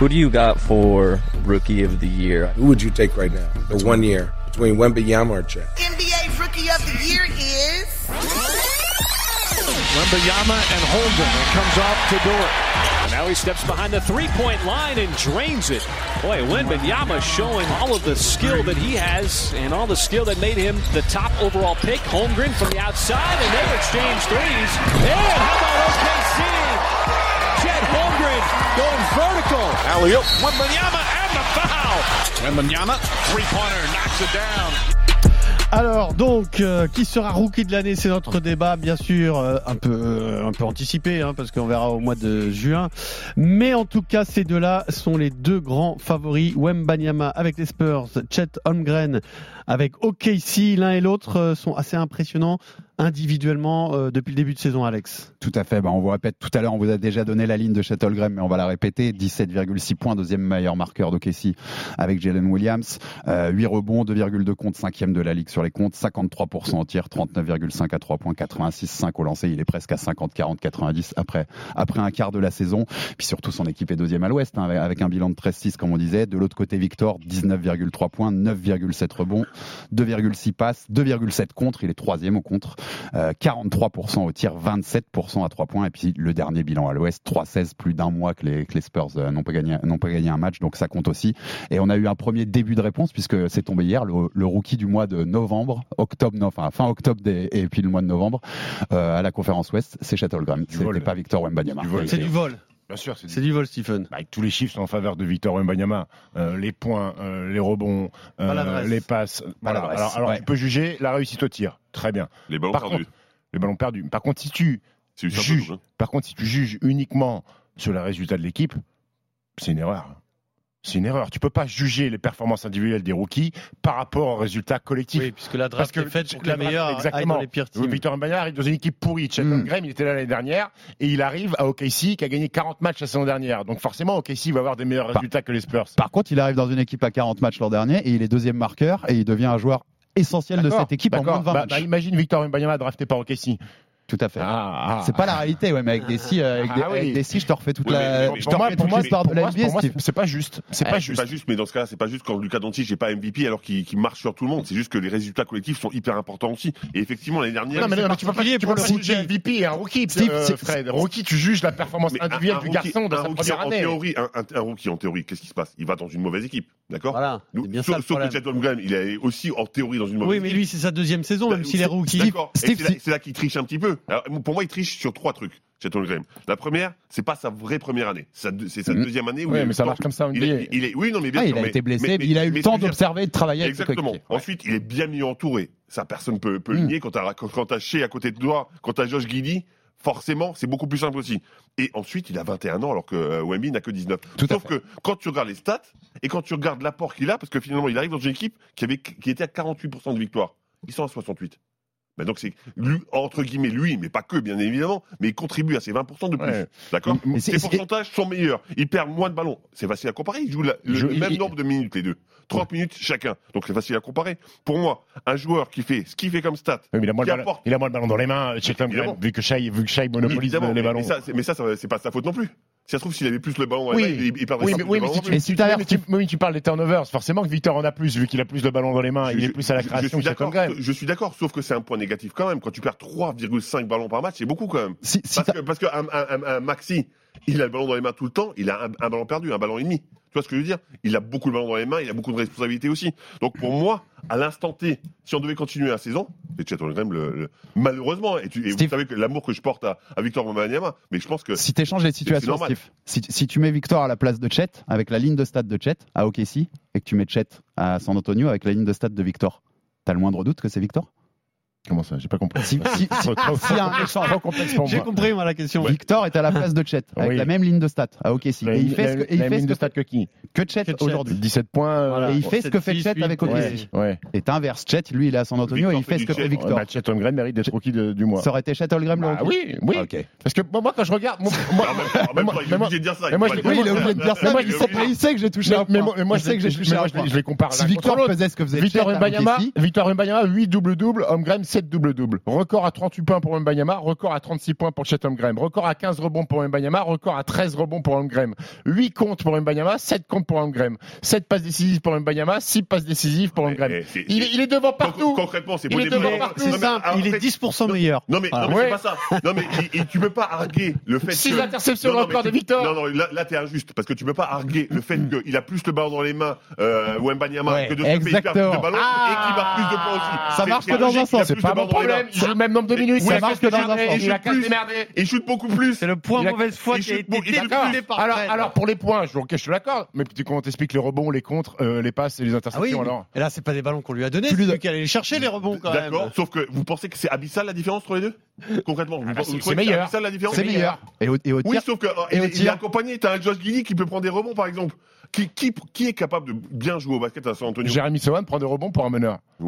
S8: Who do you got for rookie of the year?
S9: Who would you take right now? It's one year between Wemby or Chet.
S10: NBA Rookie of the Year is.
S2: Wembayama and Holden. It comes off to Dort. Now he steps behind the three-point line and drains it. Boy, Wembayama showing all of the skill that he has and all the skill that made him the top overall pick. Holmgren from the outside, and they exchange threes. And how about OKC? Chet Holmgren going vertical. Alley-oop. Wembayama and the foul. Wembayama, three-pointer, knocks it down.
S5: Alors donc euh, qui sera rookie de l'année C'est notre débat bien sûr euh, un peu euh, un peu anticipé hein, parce qu'on verra au mois de juin. Mais en tout cas ces deux-là sont les deux grands favoris. Wembanyama avec les Spurs, Chet Holmgren avec OKC. L'un et l'autre euh, sont assez impressionnants individuellement euh, depuis le début de saison Alex.
S6: Tout à fait. Bah, on vous répète tout à l'heure, on vous a déjà donné la ligne de Shuttlegram, mais on va la répéter. 17,6 points, deuxième meilleur marqueur d'OKC avec Jalen Williams. Euh, 8 rebonds, 2,2 comptes, cinquième de la ligue sur les comptes. 53% en tir, 39,5 à 3 points, 86,5 au lancer. Il est presque à 50, 40, 90 après, après un quart de la saison. Puis surtout, son équipe est deuxième à l'ouest, hein, avec- avec un bilan de 13-6, comme on disait. De l'autre côté, Victor, 19,3 points, 9,7 rebonds, 2,6 passes, 2,7 contre. Il est troisième au contre. Euh, 43% au tir, 27% à 3 points. Et puis le dernier bilan à l'Ouest, 3-16, plus d'un mois que les, que les Spurs euh, n'ont pas, gagné- n'ont pas gagné un match, donc ça compte aussi. Et on a eu un premier début de réponse, puisque c'est tombé hier, le, le rookie du mois de novembre, octobre, non, enfin fin octobre des- et puis le mois de novembre, euh, à la conférence Ouest, c'est Shuttlegram. C'était
S1: vol.
S6: pas Victor Wembanyama.
S1: Du vol.
S6: Et-
S5: C'est du vol,
S1: Bien sûr, c'est
S5: c'est du vol Stephen.
S1: Bah, tous les chiffres sont en faveur de Victor Wembanyama. Euh, les points, euh, les rebonds, euh,
S5: Pas l'adresse.
S1: les passes. Voilà.
S6: l'adresse,
S1: Alors, alors
S6: ouais.
S1: tu peux juger la réussite au tir. Très bien.
S7: Les ballons
S1: Par
S7: perdus.
S1: contre, les ballons perdus. Par contre, si tu,
S7: C'est juste un peu
S1: juges,
S7: tout, hein.
S1: par contre, si tu juges uniquement sur le résultat de l'équipe, c'est une erreur. C'est une erreur. Tu peux pas juger les performances individuelles des rookies par rapport aux résultats collectifs.
S5: Oui, puisque la
S1: Parce
S5: draft est
S1: que
S5: faite pour que
S1: la
S5: la meilleure aille
S1: draft, exactement.
S5: dans les pires
S1: Oui,
S5: teams.
S1: Victor Wembanyama arrive dans une équipe pourrie. Chet
S6: Mm.
S1: Holmgren, il était là l'année dernière et il arrive à OKC qui a gagné 40 matchs la saison dernière. Donc forcément, OKC va avoir des meilleurs
S6: Bah,
S1: résultats que les Spurs.
S6: Par contre, il arrive dans une équipe à 40 matchs l'an dernier et il est deuxième marqueur et il devient un joueur essentiel de
S1: D'accord,
S6: cette équipe en
S1: d'accord.
S6: moins de 20
S1: Bah,
S6: matchs.
S1: bah, imagine Victor Wembanyama drafté par OKC.
S6: Tout à fait.
S1: Ah, ah,
S6: C'est pas la euh, réalité, ouais, mais avec des si, euh, avec des,
S1: Ah oui.
S6: avec des si, je te refais toute
S7: Oui, mais-
S6: la,
S7: mais-
S6: je te
S1: Pour moi,
S6: refais
S1: pour
S6: toute
S1: moi,
S6: l'histoire de
S1: pour
S6: la
S1: moi,
S6: NBA,
S1: pour moi,
S6: Steve.
S1: c'est- c'est pas juste. C'est pas
S7: C'est
S1: juste.
S7: pas juste, mais dans ce cas-là, c'est pas juste quand Lucas Doncic n'est pas MVP alors qu'il qu'il marche sur tout le monde. C'est juste que les résultats collectifs sont hyper importants aussi. Et effectivement, l'année dernière,
S1: Non, mais, non, mais tu peux pas, tu peux
S5: pour
S1: pas
S5: le
S1: juger un
S5: rookie.
S1: VP et un rookie,
S6: Steve,
S1: euh,
S6: c'est-
S1: Fred. Rookie, tu juges la performance
S7: Mais un-
S1: individuelle
S7: un
S1: du
S7: rookie-
S1: garçon dans
S7: un
S1: sa
S7: rookie
S1: première
S7: en, en
S1: année.
S7: théorie, un, un- un rookie en théorie, qu'est-ce qui se passe Il va dans une mauvaise équipe, d'accord
S5: Voilà,
S7: Nous-
S5: c'est bien
S7: sauf,
S5: ça le
S7: sauf
S5: problème.
S7: que Chad Holmgren, il est aussi en théorie dans une mauvaise
S5: Oui,
S7: équipe. Bah,
S5: mais lui, c'est sa deuxième saison,
S1: Bah,
S5: même s'il est rookie.
S7: D'accord. Et
S6: Steve,
S7: C'est là,
S6: Steve-
S7: c'est là qu'il triche un petit peu. Alors, pour moi, il triche sur trois trucs, Chet Holmgren. La première, c'est pas sa vraie première année. C'est sa, deux- c'est sa
S6: Mhm.
S7: deuxième année. où
S1: Oui,
S7: il a eu
S1: mais
S7: le
S1: ça
S7: temps-
S1: marche comme ça en
S7: Il,
S1: NBA.
S7: est- il est, oui, non, mais bien
S6: Ah,
S7: sûr,
S6: il a
S7: mais-
S6: été blessé,
S7: mais-
S6: mais il a eu
S7: mais-
S6: le
S7: mais
S6: temps
S7: je veux dire-
S6: d'observer et de travailler avec ses
S7: Exactement.
S6: coéquipiers. Ouais.
S7: Ensuite, il est bien mieux entouré. Ça, personne peut, peut le
S6: Mm.
S7: nier. Quand t'as quand, quand t'as Shea à côté de toi, quand t'as Josh Guidi, forcément, c'est beaucoup plus simple aussi. Et ensuite, il a 21 ans alors que euh, Wemby n'a que 19.
S6: Tout à
S7: Sauf que quand tu regardes les stats et quand tu regardes l'apport qu'il a, parce que finalement, il arrive dans une équipe qui, avait, qui était à 48% de victoire. Ils sont à 68. Bah donc c'est lui, entre guillemets lui, mais pas que bien évidemment, mais il contribue à ses 20% de plus.
S1: Ouais.
S7: D'accord
S6: Mais c'est-
S7: Ses pourcentages sont meilleurs. Il perd moins de ballons. C'est facile à comparer. Il joue la- le,
S6: Je-
S7: le même
S6: il-
S7: nombre de minutes les deux. 30 minutes chacun. Donc c'est facile à comparer. Pour moi, un joueur qui fait ce qu'il fait comme stat,
S1: Oui, mais il a moins le
S7: Qui
S1: ballon-
S7: apporte-
S1: il a moins le ballon dans les mains, Chet Holmgren,
S7: Évidemment.
S1: vu que Shai, vu que Shai monopolise
S7: évidemment,
S1: les
S7: mais,
S1: ballons.
S7: mais ça, c'est- mais ça, ça- c'est pas sa faute non plus. Si ça se trouve, s'il avait plus le ballon,
S1: Oui.
S7: il, il perdrait
S1: Oui,
S7: pas
S1: mais,
S7: plus
S1: oui,
S7: de
S1: mais
S7: ballons
S1: si
S7: non
S1: tu,
S7: plus.
S6: Mais si t'as l'air-
S1: mais tu- oui, tu parles des turnovers, forcément que Victor en a plus, vu qu'il a plus de ballons dans les mains, il est
S7: Je-
S1: plus à la
S7: je-
S1: création
S7: je suis
S1: que Chet
S7: d'accord,
S1: Holmgren.
S7: je- Je suis d'accord, sauf que c'est un point négatif quand même. Quand tu perds 3,5 ballons par match, c'est beaucoup quand même.
S6: Si, si
S7: Parce
S6: t'as-
S7: que, parce que un, un- un- un Maxi, il a le ballon dans les mains tout le temps, il a un, un ballon perdu, un ballon et demi. Tu vois ce que je veux dire Il a beaucoup le ballon dans les mains, il a beaucoup de responsabilités aussi. Donc pour moi, à l'instant T, si on devait continuer la saison, et Chattergram, le, le, malheureusement, et, tu, et
S6: Steve.
S7: vous savez que l'amour que je porte à, à Victor Wembanyama, mais je pense que
S6: Si tu échanges les
S7: C'est
S6: situations,
S7: normal.
S6: Steve, si, si tu mets Victor à la place de Chet, avec la ligne de stade de Chet à OKC, et que tu mets Chet à San Antonio avec la ligne de stade de Victor, t'as le moindre doute que c'est Victor
S1: Comment ça J'ai pas compris.
S6: Si- si- si- s'il y a un échange-
S1: trop complexe pour
S5: J'ai
S1: moi.
S5: compris, moi, la question.
S6: Victor est à la place de Chet, avec
S1: Oui.
S6: la même ligne de stats à OKC.
S1: La-
S6: et il fait
S1: la-
S6: ce que, et il
S1: la
S6: fait
S1: ligne
S6: ce
S1: de
S6: que,
S1: stade que qui
S6: que Chet
S5: que Chet.
S6: aujourd'hui.
S1: 17 points. euh,
S5: Voilà.
S6: Et il fait ce que fait
S5: 7-6,
S6: Chet avec OKC.
S1: Ouais. ouais.
S6: Et t'inverses Chet, lui il est à San Antonio,
S7: Victor
S6: et il fait ce que
S7: fait
S6: fait
S7: du Chet.
S6: Victor.
S1: Bah, Chet Holmgren mérite d'être rookie de- du mois.
S6: Ça aurait été Chet Holmgren le
S1: Bah
S6: rookie.
S1: oui, oui.
S6: Ok.
S1: Parce que moi, moi, quand je regarde, moi, moi-
S7: en même temps, en même
S1: moi-
S7: temps, il est
S1: mais moi-
S7: obligé de dire ça.
S1: mais moi,
S7: peut
S1: je-
S7: pas
S1: oui,
S7: le
S1: il est
S7: dire.
S1: obligé de dire ça,
S7: Il
S1: moi,
S7: est
S1: je dis
S7: obligé.
S1: mais
S6: sait que j'ai touché
S1: mais, mais moi, mais moi, je sais que j'ai-
S6: touché
S1: mais moi, je, les- je les compare.
S6: Si
S1: là,
S6: Victor
S1: contre l'autre.
S6: faisait ce que faisait
S1: Victor
S6: Chet à
S1: Wembanyama,
S6: OKC,
S1: Victor Wembanyama, 8 double double, Homgrem 7 double double. Record à 38 points pour Wembanyama, record à 36 points pour Chet Homgrem, record à 15 rebonds pour Wembanyama, record à 13 rebonds pour Homgrem, 8 comptes pour Wembanyama, 7 comptes pour Homgrem, 7 passes décisives pour Wembanyama, 6 passes décisives pour Homgrem.
S7: Eh, c'est-
S1: Il, est- il est devant
S7: Conc-
S1: partout.
S7: Concrètement, c'est
S1: Il
S7: pas
S1: est
S7: des
S1: devant
S7: blagues.
S1: partout.
S7: Non,
S5: C'est
S7: mais
S5: simple,
S7: en
S5: il est
S7: fait-
S5: 10% meilleur.
S7: Non mais,
S6: Ah
S5: Voilà.
S7: non, mais
S1: Ouais.
S7: c'est pas ça. Non mais il- il- tu peux pas arguer le fait
S1: Six
S7: que
S1: interceptions,
S7: non, non,
S1: record
S7: mais
S1: de
S7: tu-
S1: Victor.
S7: Non non là, là t'es injuste parce que tu peux pas arguer le fait qu'il a plus le ballon dans les mains euh, Wembanyama
S6: Hmm. Ouais,
S7: que de ce il perd plus
S6: exactement. Ah,
S7: de ballon et qui marque plus de points aussi.
S6: Ça
S7: C'est-
S6: marche
S7: c'est
S6: que dans un
S7: logique,
S6: sens,
S7: Ah, il a
S1: C'est
S7: plus
S1: pas
S7: de
S1: mon
S7: ballon dans les
S1: problème.
S7: mains.
S1: Il joue le même nombre de minutes.
S7: Ouais,
S1: Ça marche que dans un
S7: et
S1: sens.
S7: je
S1: Il a
S7: suis
S1: qu'à se
S7: plus-
S1: démerder.
S7: Il shoot beaucoup plus.
S5: C'est le point
S1: Il a-
S5: mauvaise foi
S7: il
S5: qui a
S7: shoot
S5: été
S7: beaucoup- il shoot
S5: déterminé
S7: beaucoup.
S5: par
S1: Alors,
S5: Fred.
S1: alors, pour les points, je, ok, je te l'accorde, mais tu- comment t'expliques les rebonds, les contres, euh, les passes et les
S5: Ah oui,
S1: interceptions alors
S5: et là, c'est pas des ballons qu'on lui a donnés, c'est lui qui allait les chercher, les rebonds, quand même.
S7: D'accord. Sauf que vous pensez que c'est abyssal la différence entre les deux Concrètement, vous
S1: bah,
S7: pensez
S1: c'est-
S7: vous trouvez
S1: c'est
S7: que
S1: meilleur.
S7: abyssal la différence
S6: Ah, c'est meilleur. Et au, et au
S7: Oui,
S6: tir,
S7: sauf que euh,
S6: Et
S7: il,
S6: au
S7: est- il est
S6: tir.
S7: accompagné. T'as un Josh Gilly qui peut prendre des rebonds, par exemple. Qui, qui, qui est capable de bien jouer au basket à San Antonio
S1: Jérémy Sohan prend des rebonds pour un meneur.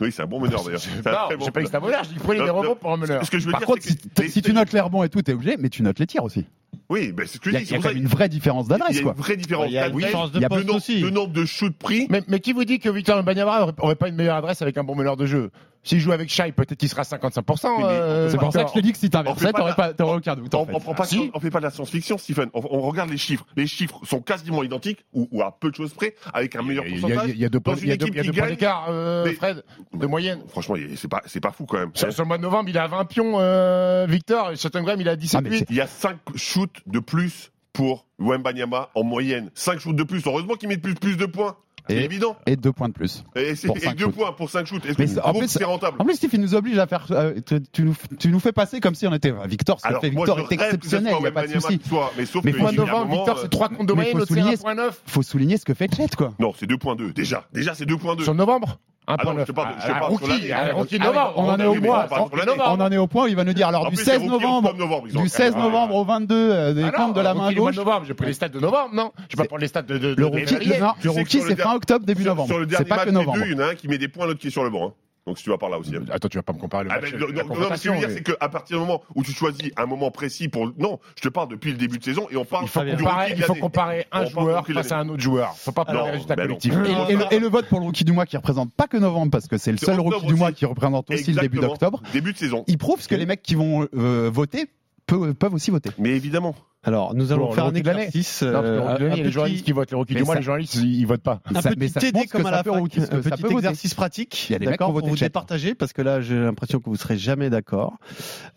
S7: Oui, c'est un bon meneur d'ailleurs. C'est un
S1: Non,
S7: très bon
S1: j'ai pas dit
S7: meneur.
S1: que c'est un voleur, j'ai dit qu'il prenait des
S7: Non,
S1: rebonds
S7: non.
S1: pour un meneur.
S7: Ce que je veux
S6: par
S7: dire,
S6: contre,
S7: c'est
S6: si,
S7: que les-
S6: si tu notes les rebonds et tout, t'es obligé, mais tu notes les tirs aussi.
S7: oui, ben, c'est ce que
S6: Il y a,
S7: je dis.
S6: il y
S7: c'est
S6: a
S7: pour
S6: quand
S7: ça
S6: même une vraie différence
S7: Il y
S6: d'adresse,
S7: a une
S6: quoi.
S7: vraie différence.
S5: Il y a une
S7: d'adresse,
S5: différence de
S6: il y a
S7: le
S5: poste
S7: nombre-
S5: aussi.
S7: Le nombre de shoots pris.
S1: Mais, mais qui vous dit que Victor Wembanyama aurait- aurait pas une meilleure adresse avec un bon meneur de jeu S'il joue avec Shai, peut-être qu'il sera 55%.
S7: Oui, mais
S1: euh,
S6: C'est pour ça que
S1: Victor.
S6: je te dis que si
S7: On fait
S6: t'inversais,
S7: pas
S6: t'aurais
S7: la-
S6: pas- t'aurais aucun doute. en
S7: On,
S6: fait.
S7: on prend pas,
S1: Ah, si.
S7: on fait pas de la science-fiction, Stephen. On, on regarde les chiffres. Les chiffres sont quasiment identiques ou, ou à peu de choses près, avec un meilleur
S1: Il y a-
S7: pourcentage.
S1: il y a deux
S7: Dans
S1: points
S7: une
S1: il y a deux-
S7: équipe
S1: il y a
S7: qui
S1: deux points
S7: gagne,
S1: d'écart, euh,
S7: mais-
S1: Fred, de moyenne.
S7: Franchement, il- c'est pas, c'est pas fou quand même.
S1: Euh, Sur, sur le mois de novembre, il est à 20 pions, euh, Victor. Et Graham, il a 17
S6: Ah, mais c'est-
S7: Il y a 5 shoots de plus pour Wembanyama en moyenne. 5 shoots de plus. Heureusement qu'il met plus, plus de points. C'est
S6: Et-
S7: évident.
S6: Et deux points de plus.
S7: Et, c'est-
S6: Pour
S7: et
S6: cinq
S7: deux
S6: shoots.
S7: points pour 5 shoots. Est-ce
S6: Mais
S7: que
S6: ça-
S7: tu
S6: en
S7: trouves
S6: plus,
S7: que c'est rentable
S6: En plus, Steve, il nous oblige à faire. euh, tu, tu nous, tu nous fais passer comme si on était. Victor, ce que
S7: Alors,
S6: fait
S7: moi,
S6: Victor
S7: je
S6: est
S7: rêve que ce
S6: exceptionnel,
S7: soit
S6: il n'y a pas de
S7: Wembanyama
S6: souci.
S7: qui soit- Mais sauf
S6: Mais
S7: que
S6: point
S7: il y a un
S1: novembre,
S7: moment,
S1: Victor,
S7: euh,
S1: c'est 3 comptes de
S6: mais
S1: moyenne,
S6: faut
S1: l'autre c'est
S6: souligner-
S1: 1.9.
S6: Faut souligner ce que fait Chet, quoi.
S7: Non, c'est 2.2. Déjà, déjà c'est 2.2.
S1: Sur novembre
S7: Ah non, je te
S1: 1.9.
S7: parle de- je te
S1: Ah,
S7: parle sur
S1: Rookie,
S7: l'année.
S1: ah, rookie de
S6: Ah oui,
S1: novembre.
S6: on en est au
S1: Oui, mais
S6: mois.
S1: on parle sur l'année.
S6: On en est au point, où il va nous dire. Alors,
S7: En
S6: du
S7: plus,
S6: 16
S7: c'est rookie
S6: novembre,
S7: octobre, novembre, ils ont
S6: du
S7: quand
S6: 16
S7: même-
S6: novembre au 22 euh, des
S1: Ah non,
S6: comptes de la
S1: rookie
S6: main
S1: du mois de
S6: gauche.
S1: novembre, j'ai pris les stats de novembre, non Je vais pas prendre les stats de, de, de
S6: Le rookie,
S1: février.
S6: le- non,
S7: Tu
S6: le
S7: sais que
S6: rookie,
S7: sur le
S6: c'est
S7: der-
S6: fin octobre, début
S7: sur,
S6: novembre.
S7: sur le
S6: C'est
S7: dernier
S6: pas
S7: match,
S6: que
S7: les
S6: novembre.
S7: deux, il y en a un qui met des points, l'autre qui est sur le banc. hein. Donc si tu vas par là aussi. hein.
S1: Attends, tu vas pas me comparer le
S7: Ah
S1: match.
S7: ben,
S1: avec
S7: non,
S1: la
S7: non, non, mais ce que je veux
S1: confrontation,
S7: dire,
S1: mais
S7: c'est qu'à partir du moment où tu choisis un moment précis pour. Non, je te parle depuis le début de saison et on parle
S1: Il faut
S7: du
S1: comparer,
S7: rookie de
S1: il faut
S7: l'année.
S1: comparer un
S7: On parle
S1: joueur
S7: rookie de
S1: face à
S7: l'année.
S1: un autre joueur. Faut pas prendre
S7: Alors,
S1: les résultats
S7: ben non.
S1: collectifs.
S7: Mmh.
S6: Et, et le, et le vote pour le rookie du mois qui représente pas que novembre, parce que c'est le
S7: C'est
S6: seul
S7: octobre
S6: rookie du mois
S7: aussi.
S6: qui représente aussi le début
S7: Exactement.
S6: d'octobre,
S7: Début de saison.
S6: il prouve ce que les mecs qui vont euh, voter peu- peuvent aussi voter.
S7: Mais évidemment.
S5: Alors, nous allons
S1: Pour
S5: faire un
S1: le rookie de l'année.
S5: exercice.
S1: Non, parce que le
S5: euh,
S1: rookie de l'année,
S5: un
S1: il y a les
S5: petit-
S1: journalistes qui votent. Les rookies
S6: Mais
S1: du mois,
S6: ça-
S1: les journalistes, ils ils votent pas.
S5: un
S6: Ça- mais
S5: petit
S6: ça
S5: TD
S6: montre
S5: comme
S6: que
S5: à
S6: ça
S5: la
S6: peut
S5: fac,
S6: route- ça
S5: un
S6: peut
S5: petit
S6: voter.
S5: exercice pratique,
S6: Il y a des mecs qui
S5: d'accord,
S6: ont voté
S5: pour vous
S6: Chet.
S5: départager, parce que là, j'ai l'impression que vous serez jamais d'accord.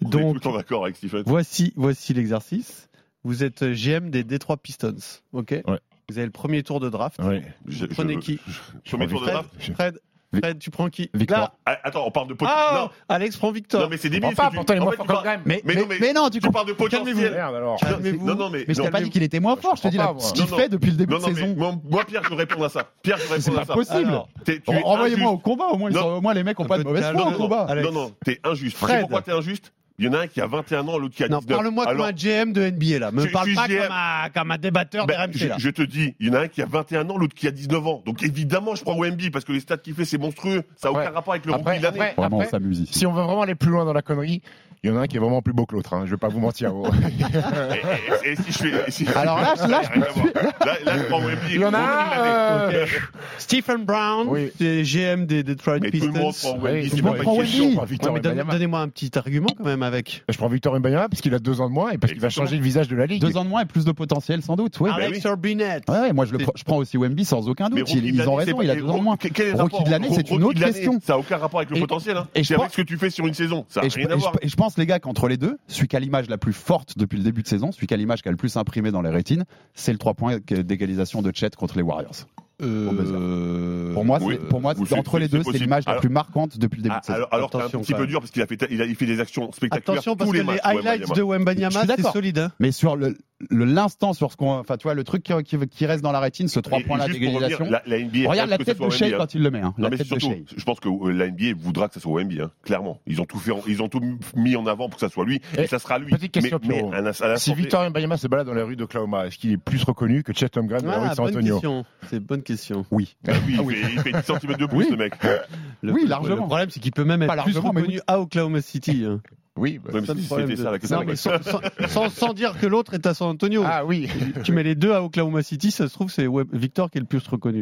S7: Donc. tout
S5: Donc,
S7: le temps d'accord avec Stephen.
S5: voici, voici l'exercice. Vous êtes GM des Detroit Pistons, ok
S1: Ouais.
S5: Vous avez le premier tour de draft.
S1: Oui.
S7: Je- je-
S5: Prenez qui
S7: Sur mes tours de
S5: Fred.
S7: draft.
S5: Fred, Fred, tu prends qui
S6: Victor.
S5: Là,
S7: Ah, Attends, on parle de pot.
S5: ah,
S7: non,
S5: Alex prend Victor.
S7: non, mais c'est débile. parce
S1: Prends pas,
S7: que tu-
S1: pourtant, il est
S7: en
S1: moins
S7: fait,
S1: fort
S7: tu
S1: que
S7: parles-
S1: Graham.
S6: Mais,
S7: Mais
S6: mais,
S7: non, mais-
S6: mais non, tu
S7: Tu
S6: comprends.
S7: parles de potentiel.
S1: Merde, alors.
S5: Ah,
S7: Non, mais- non, non, mais.
S6: Mais je
S7: non.
S6: t'ai pas dit qu'il était moins fort, je te dis là,
S1: comprends pas,
S6: ce
S1: moi.
S6: qu'il
S7: Non,
S6: fait depuis le début
S7: Non,
S6: de
S7: non, mais
S6: saison.
S7: moi, moi, Pierre, je veux répondre à ça. Pierre, je veux
S6: C'est
S7: répondre à
S6: pas
S7: ça.
S6: possible.
S5: Alors,
S7: T'es- tu es
S6: Envoyez-moi au
S7: injuste.
S6: combat, au moins, ils
S7: Non.
S6: sont- au moins les mecs ont pas de mauvaise
S5: peu
S6: foi au
S5: calme.
S6: combat.
S5: Alex.
S7: Non, non, t'es injuste. Tu
S5: Fred.
S7: sais pourquoi t'es injuste Il y en a un qui a 21 ans, l'autre qui a
S5: Non,
S7: 19.
S5: parle-moi comme
S7: Alors,
S5: un GM de NBA là.
S7: Je-
S5: Me
S7: je
S5: parle
S7: suis
S5: pas
S7: GM.
S5: comme un, comme un débatteur
S7: ben,
S5: de RMC
S7: je,
S5: là.
S7: je te dis, il y en a un qui a 21 ans, l'autre qui a 19 ans. Donc évidemment, je prends Wemby parce que les stats qu'il fait, c'est monstrueux. Ça n'a
S1: Ouais.
S7: aucun rapport avec le
S1: Après,
S7: rookie de l'année.
S1: après,
S6: Vraiment, on
S1: après,
S6: s'amuse ici.
S1: si on veut vraiment aller plus loin dans la connerie, il y en a un qui est vraiment plus beau que l'autre. hein. Je vais pas vous mentir. oh.
S7: Et, et- et si je fais. et si-
S6: Alors là, je- là, je-
S7: Rien à voir. là, là, je prends Wemby.
S1: Il y en a
S7: Rookie de l'année.
S1: un. euh,
S5: Stephen Brown,
S1: Oui.
S5: c'est GM des Detroit
S7: Mais tout
S5: Pistons.
S7: le monde prend
S1: Oui,
S7: Wemby,
S1: tout
S7: c'est
S1: le
S7: pas
S1: monde
S7: une
S1: prend
S7: question.
S1: Wemby.
S7: quoi.
S1: Victor
S5: Ouais, mais donne-
S1: Wembanyama.
S5: Donnez-moi un petit argument quand même avec.
S1: Je prends Victor Wembanyama parce qu'il a deux ans de moins et parce qu'il va
S7: Exactement.
S1: changer le visage de la ligue.
S6: Deux ans de moins et plus de potentiel, sans doute. Ouais,
S5: Alex Orbinet.
S6: bah Ouais, ouais, moi je, le prends- je prends aussi Wemby sans aucun
S7: Ah Mais
S6: doute.
S7: rookie
S6: Ils,
S7: de
S6: ils ont
S7: l'année,
S6: raison,
S7: c'est
S6: il a deux
S7: pas- et
S6: ans de
S7: rookie-
S6: moins.
S7: quel est
S6: Rookie
S7: le rapport
S6: de l'année,
S7: entre
S6: c'est une
S7: rookie
S6: autre
S7: de l'année
S6: question.
S7: Ça n'a aucun rapport avec le
S6: Et-
S7: potentiel. hein.
S6: et je
S7: C'est avec
S6: pense-
S7: ce que tu fais sur une saison. Ça n'a
S6: Et je,
S7: rien
S6: et
S7: à
S6: je-
S7: voir.
S6: et je pense, les gars, qu'entre les deux, celui qui a l'image la plus forte depuis le début de saison, celui qui a l'image qui a le plus imprimé dans les rétines, c'est le 3 points d'égalisation de Chet contre les Warriors.
S5: Euh,
S6: Pour moi,
S7: Oui.
S6: c'est- pour moi
S7: Vous
S6: c'est- entre
S7: suivez,
S6: les
S7: c'est
S6: deux, c'est
S7: possible.
S6: l'image la
S7: Alors-
S6: plus marquante depuis le début de
S7: Ah,
S6: saison.
S7: alors, alors que c'est un
S5: Attention,
S7: petit
S5: quand
S7: peu
S5: même.
S7: dur parce qu'il a fait, il a, il fait des actions spectaculaires
S5: Attention parce
S7: tous
S5: que
S7: les
S5: les,
S7: matchs.
S5: highlights
S7: Wembanyama.
S5: de
S6: Je
S5: Wembanyama,
S6: suis
S5: c'est
S6: d'accord.
S5: solide. hein.
S6: Mais sur le le- l'instant sur ce qu'on enfin tu vois le truc qui, qui- qui reste dans la rétine ce trois
S7: Et- et
S6: points là
S7: juste pour revenir,
S6: d'égalisation
S7: la, la NBA
S6: regarde
S7: rêve
S6: la
S7: que ce
S6: tête
S7: soit
S6: de Shea
S7: Wemby, hein.
S6: quand il le met hein.
S7: Non,
S6: la
S7: mais
S6: tête de
S7: surtout,
S6: Shea
S7: je pense que euh, la NBA voudra que ça soit Wemby, hein, clairement. Ils ont tout fait, en- ils ont tout mis en avant pour que ça soit lui, et,
S1: Et
S7: ça sera lui.
S1: petite question,
S7: mais, mais
S1: Pierrot.
S7: un- à la
S1: Si
S7: santé-
S1: Victor Mbayama se balade dans les rues d'Oklahoma, est-ce qu'il est plus reconnu que Chet Holmgren dans
S6: bah
S1: la rue de
S5: Ah,
S1: San
S5: bonne
S1: Antonio
S5: question. C'est bonne question.
S6: oui
S7: Ah oui, il, fait, il fait 10 cm de plus,
S6: Oui.
S7: le mec.
S5: Le-
S6: Oui,
S5: le-
S6: largement.
S5: Le problème, c'est qu'il peut même
S6: Pas
S5: être plus
S6: largement, mais
S5: reconnu à Oklahoma City. hein.
S1: Oui. bah,
S7: Ouais, mais
S5: Ça, le
S7: si
S5: problème
S7: C'était
S5: de-
S7: ça la question.
S5: Non, mais sans, sans- sans- sans dire que l'autre est à San Antonio.
S1: Ah oui.
S5: Tu mets les deux à Oklahoma City, ça se trouve, c'est Web- Victor qui est le plus reconnu.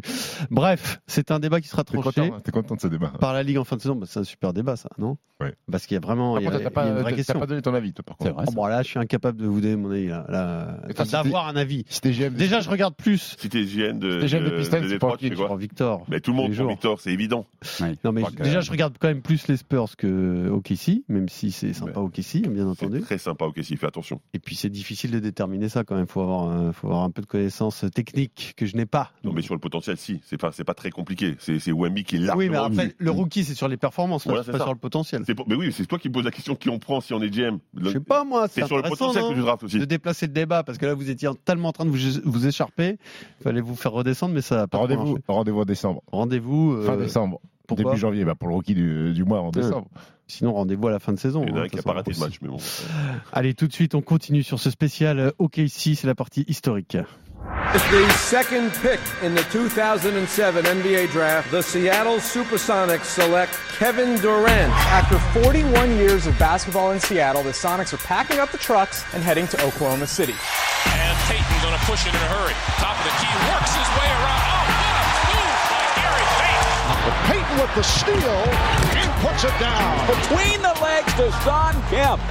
S5: Bref, c'est un débat qui sera
S1: T'es
S5: tranché
S1: content, t'es content de ce débat.
S5: par la Ligue en fin de saison. Bah, c'est un super débat, ça, non
S1: Ouais.
S5: Parce qu'il y a vraiment
S1: Par
S5: il y a, il
S1: contre,
S5: y
S1: t'as
S5: a
S1: pas,
S5: une
S1: t'as-
S5: vraie
S1: t'as
S5: question.
S1: pas donné ton avis, toi, par
S6: c'est
S1: contre.
S6: vrai
S5: Oh, bon, là, je suis incapable de vous donner mon avis. Là, là.
S1: Attends,
S5: Enfin, d'avoir un avis.
S1: Si t'es GM,
S5: Déjà, je regarde plus
S7: Si t'es GM de,
S1: C'était GM de Pistons, c'est
S7: Détroit,
S1: pour
S7: tu fais
S1: qui,
S7: quoi
S5: pour Victor.
S7: Mais tout le monde
S5: les
S7: pour
S5: jours.
S7: Victor, c'est évident.
S6: Ouais,
S5: Non mais
S6: je crois que-
S5: déjà je regarde quand même plus les Spurs que OKC, même si c'est sympa OKC, bien
S7: C'est
S5: entendu.
S7: très sympa, ok, s'il fait attention.
S5: Et puis c'est difficile de déterminer ça quand même. Faut avoir, un- faut avoir un peu de connaissances techniques que je n'ai pas.
S7: Non, mais sur le potentiel, si. C'est pas, c'est pas très compliqué. C'est, c'est Wemby qui est largement.
S5: oui, mais
S7: au-dessus.
S5: après le rookie c'est sur les performances, là,
S7: Voilà,
S5: c'est
S7: c'est
S5: pas
S7: ça.
S5: sur le potentiel.
S7: C'est pour- mais oui, mais c'est toi qui me poses la question qui on prend si on est GM. Le-
S5: Je sais pas moi, c'est
S7: C'est sur le
S5: intéressant,
S7: potentiel
S5: non
S7: que tu draftes aussi.
S5: de déplacer le débat parce que là vous étiez tellement en train de vous, vous écharper, fallait vous faire redescendre, mais ça a pas trop
S1: rendez-vous,
S5: marché.
S1: rendez-vous en décembre.
S5: Rendez-vous. euh,
S1: Fin décembre.
S5: pourquoi Euh.
S1: Début janvier, bah, pour le rookie du, du mois en décembre.
S5: Sinon rendez-vous à la fin de saison.
S7: Il y en a
S5: hein,
S7: un qui
S5: de
S7: a
S5: toute
S7: pas
S5: façon.
S7: raté le match, mais bon.
S5: Allez tout de suite on continue sur ce spécial euh, OKC, c'est la partie historique.
S11: It's the second pick in the 2007 NBA draft. The Seattle Supersonics select Kevin Durant.
S2: After 41 years of basketball in Seattle, the Sonics are packing up the trucks and heading to Oklahoma City.
S12: And Peyton's going to push it in a hurry. Top of the key, works his way around. Oh, what a move by Gary Payton.
S3: Peyton with the steal and puts it down.
S2: Between the legs to Sean Kemp.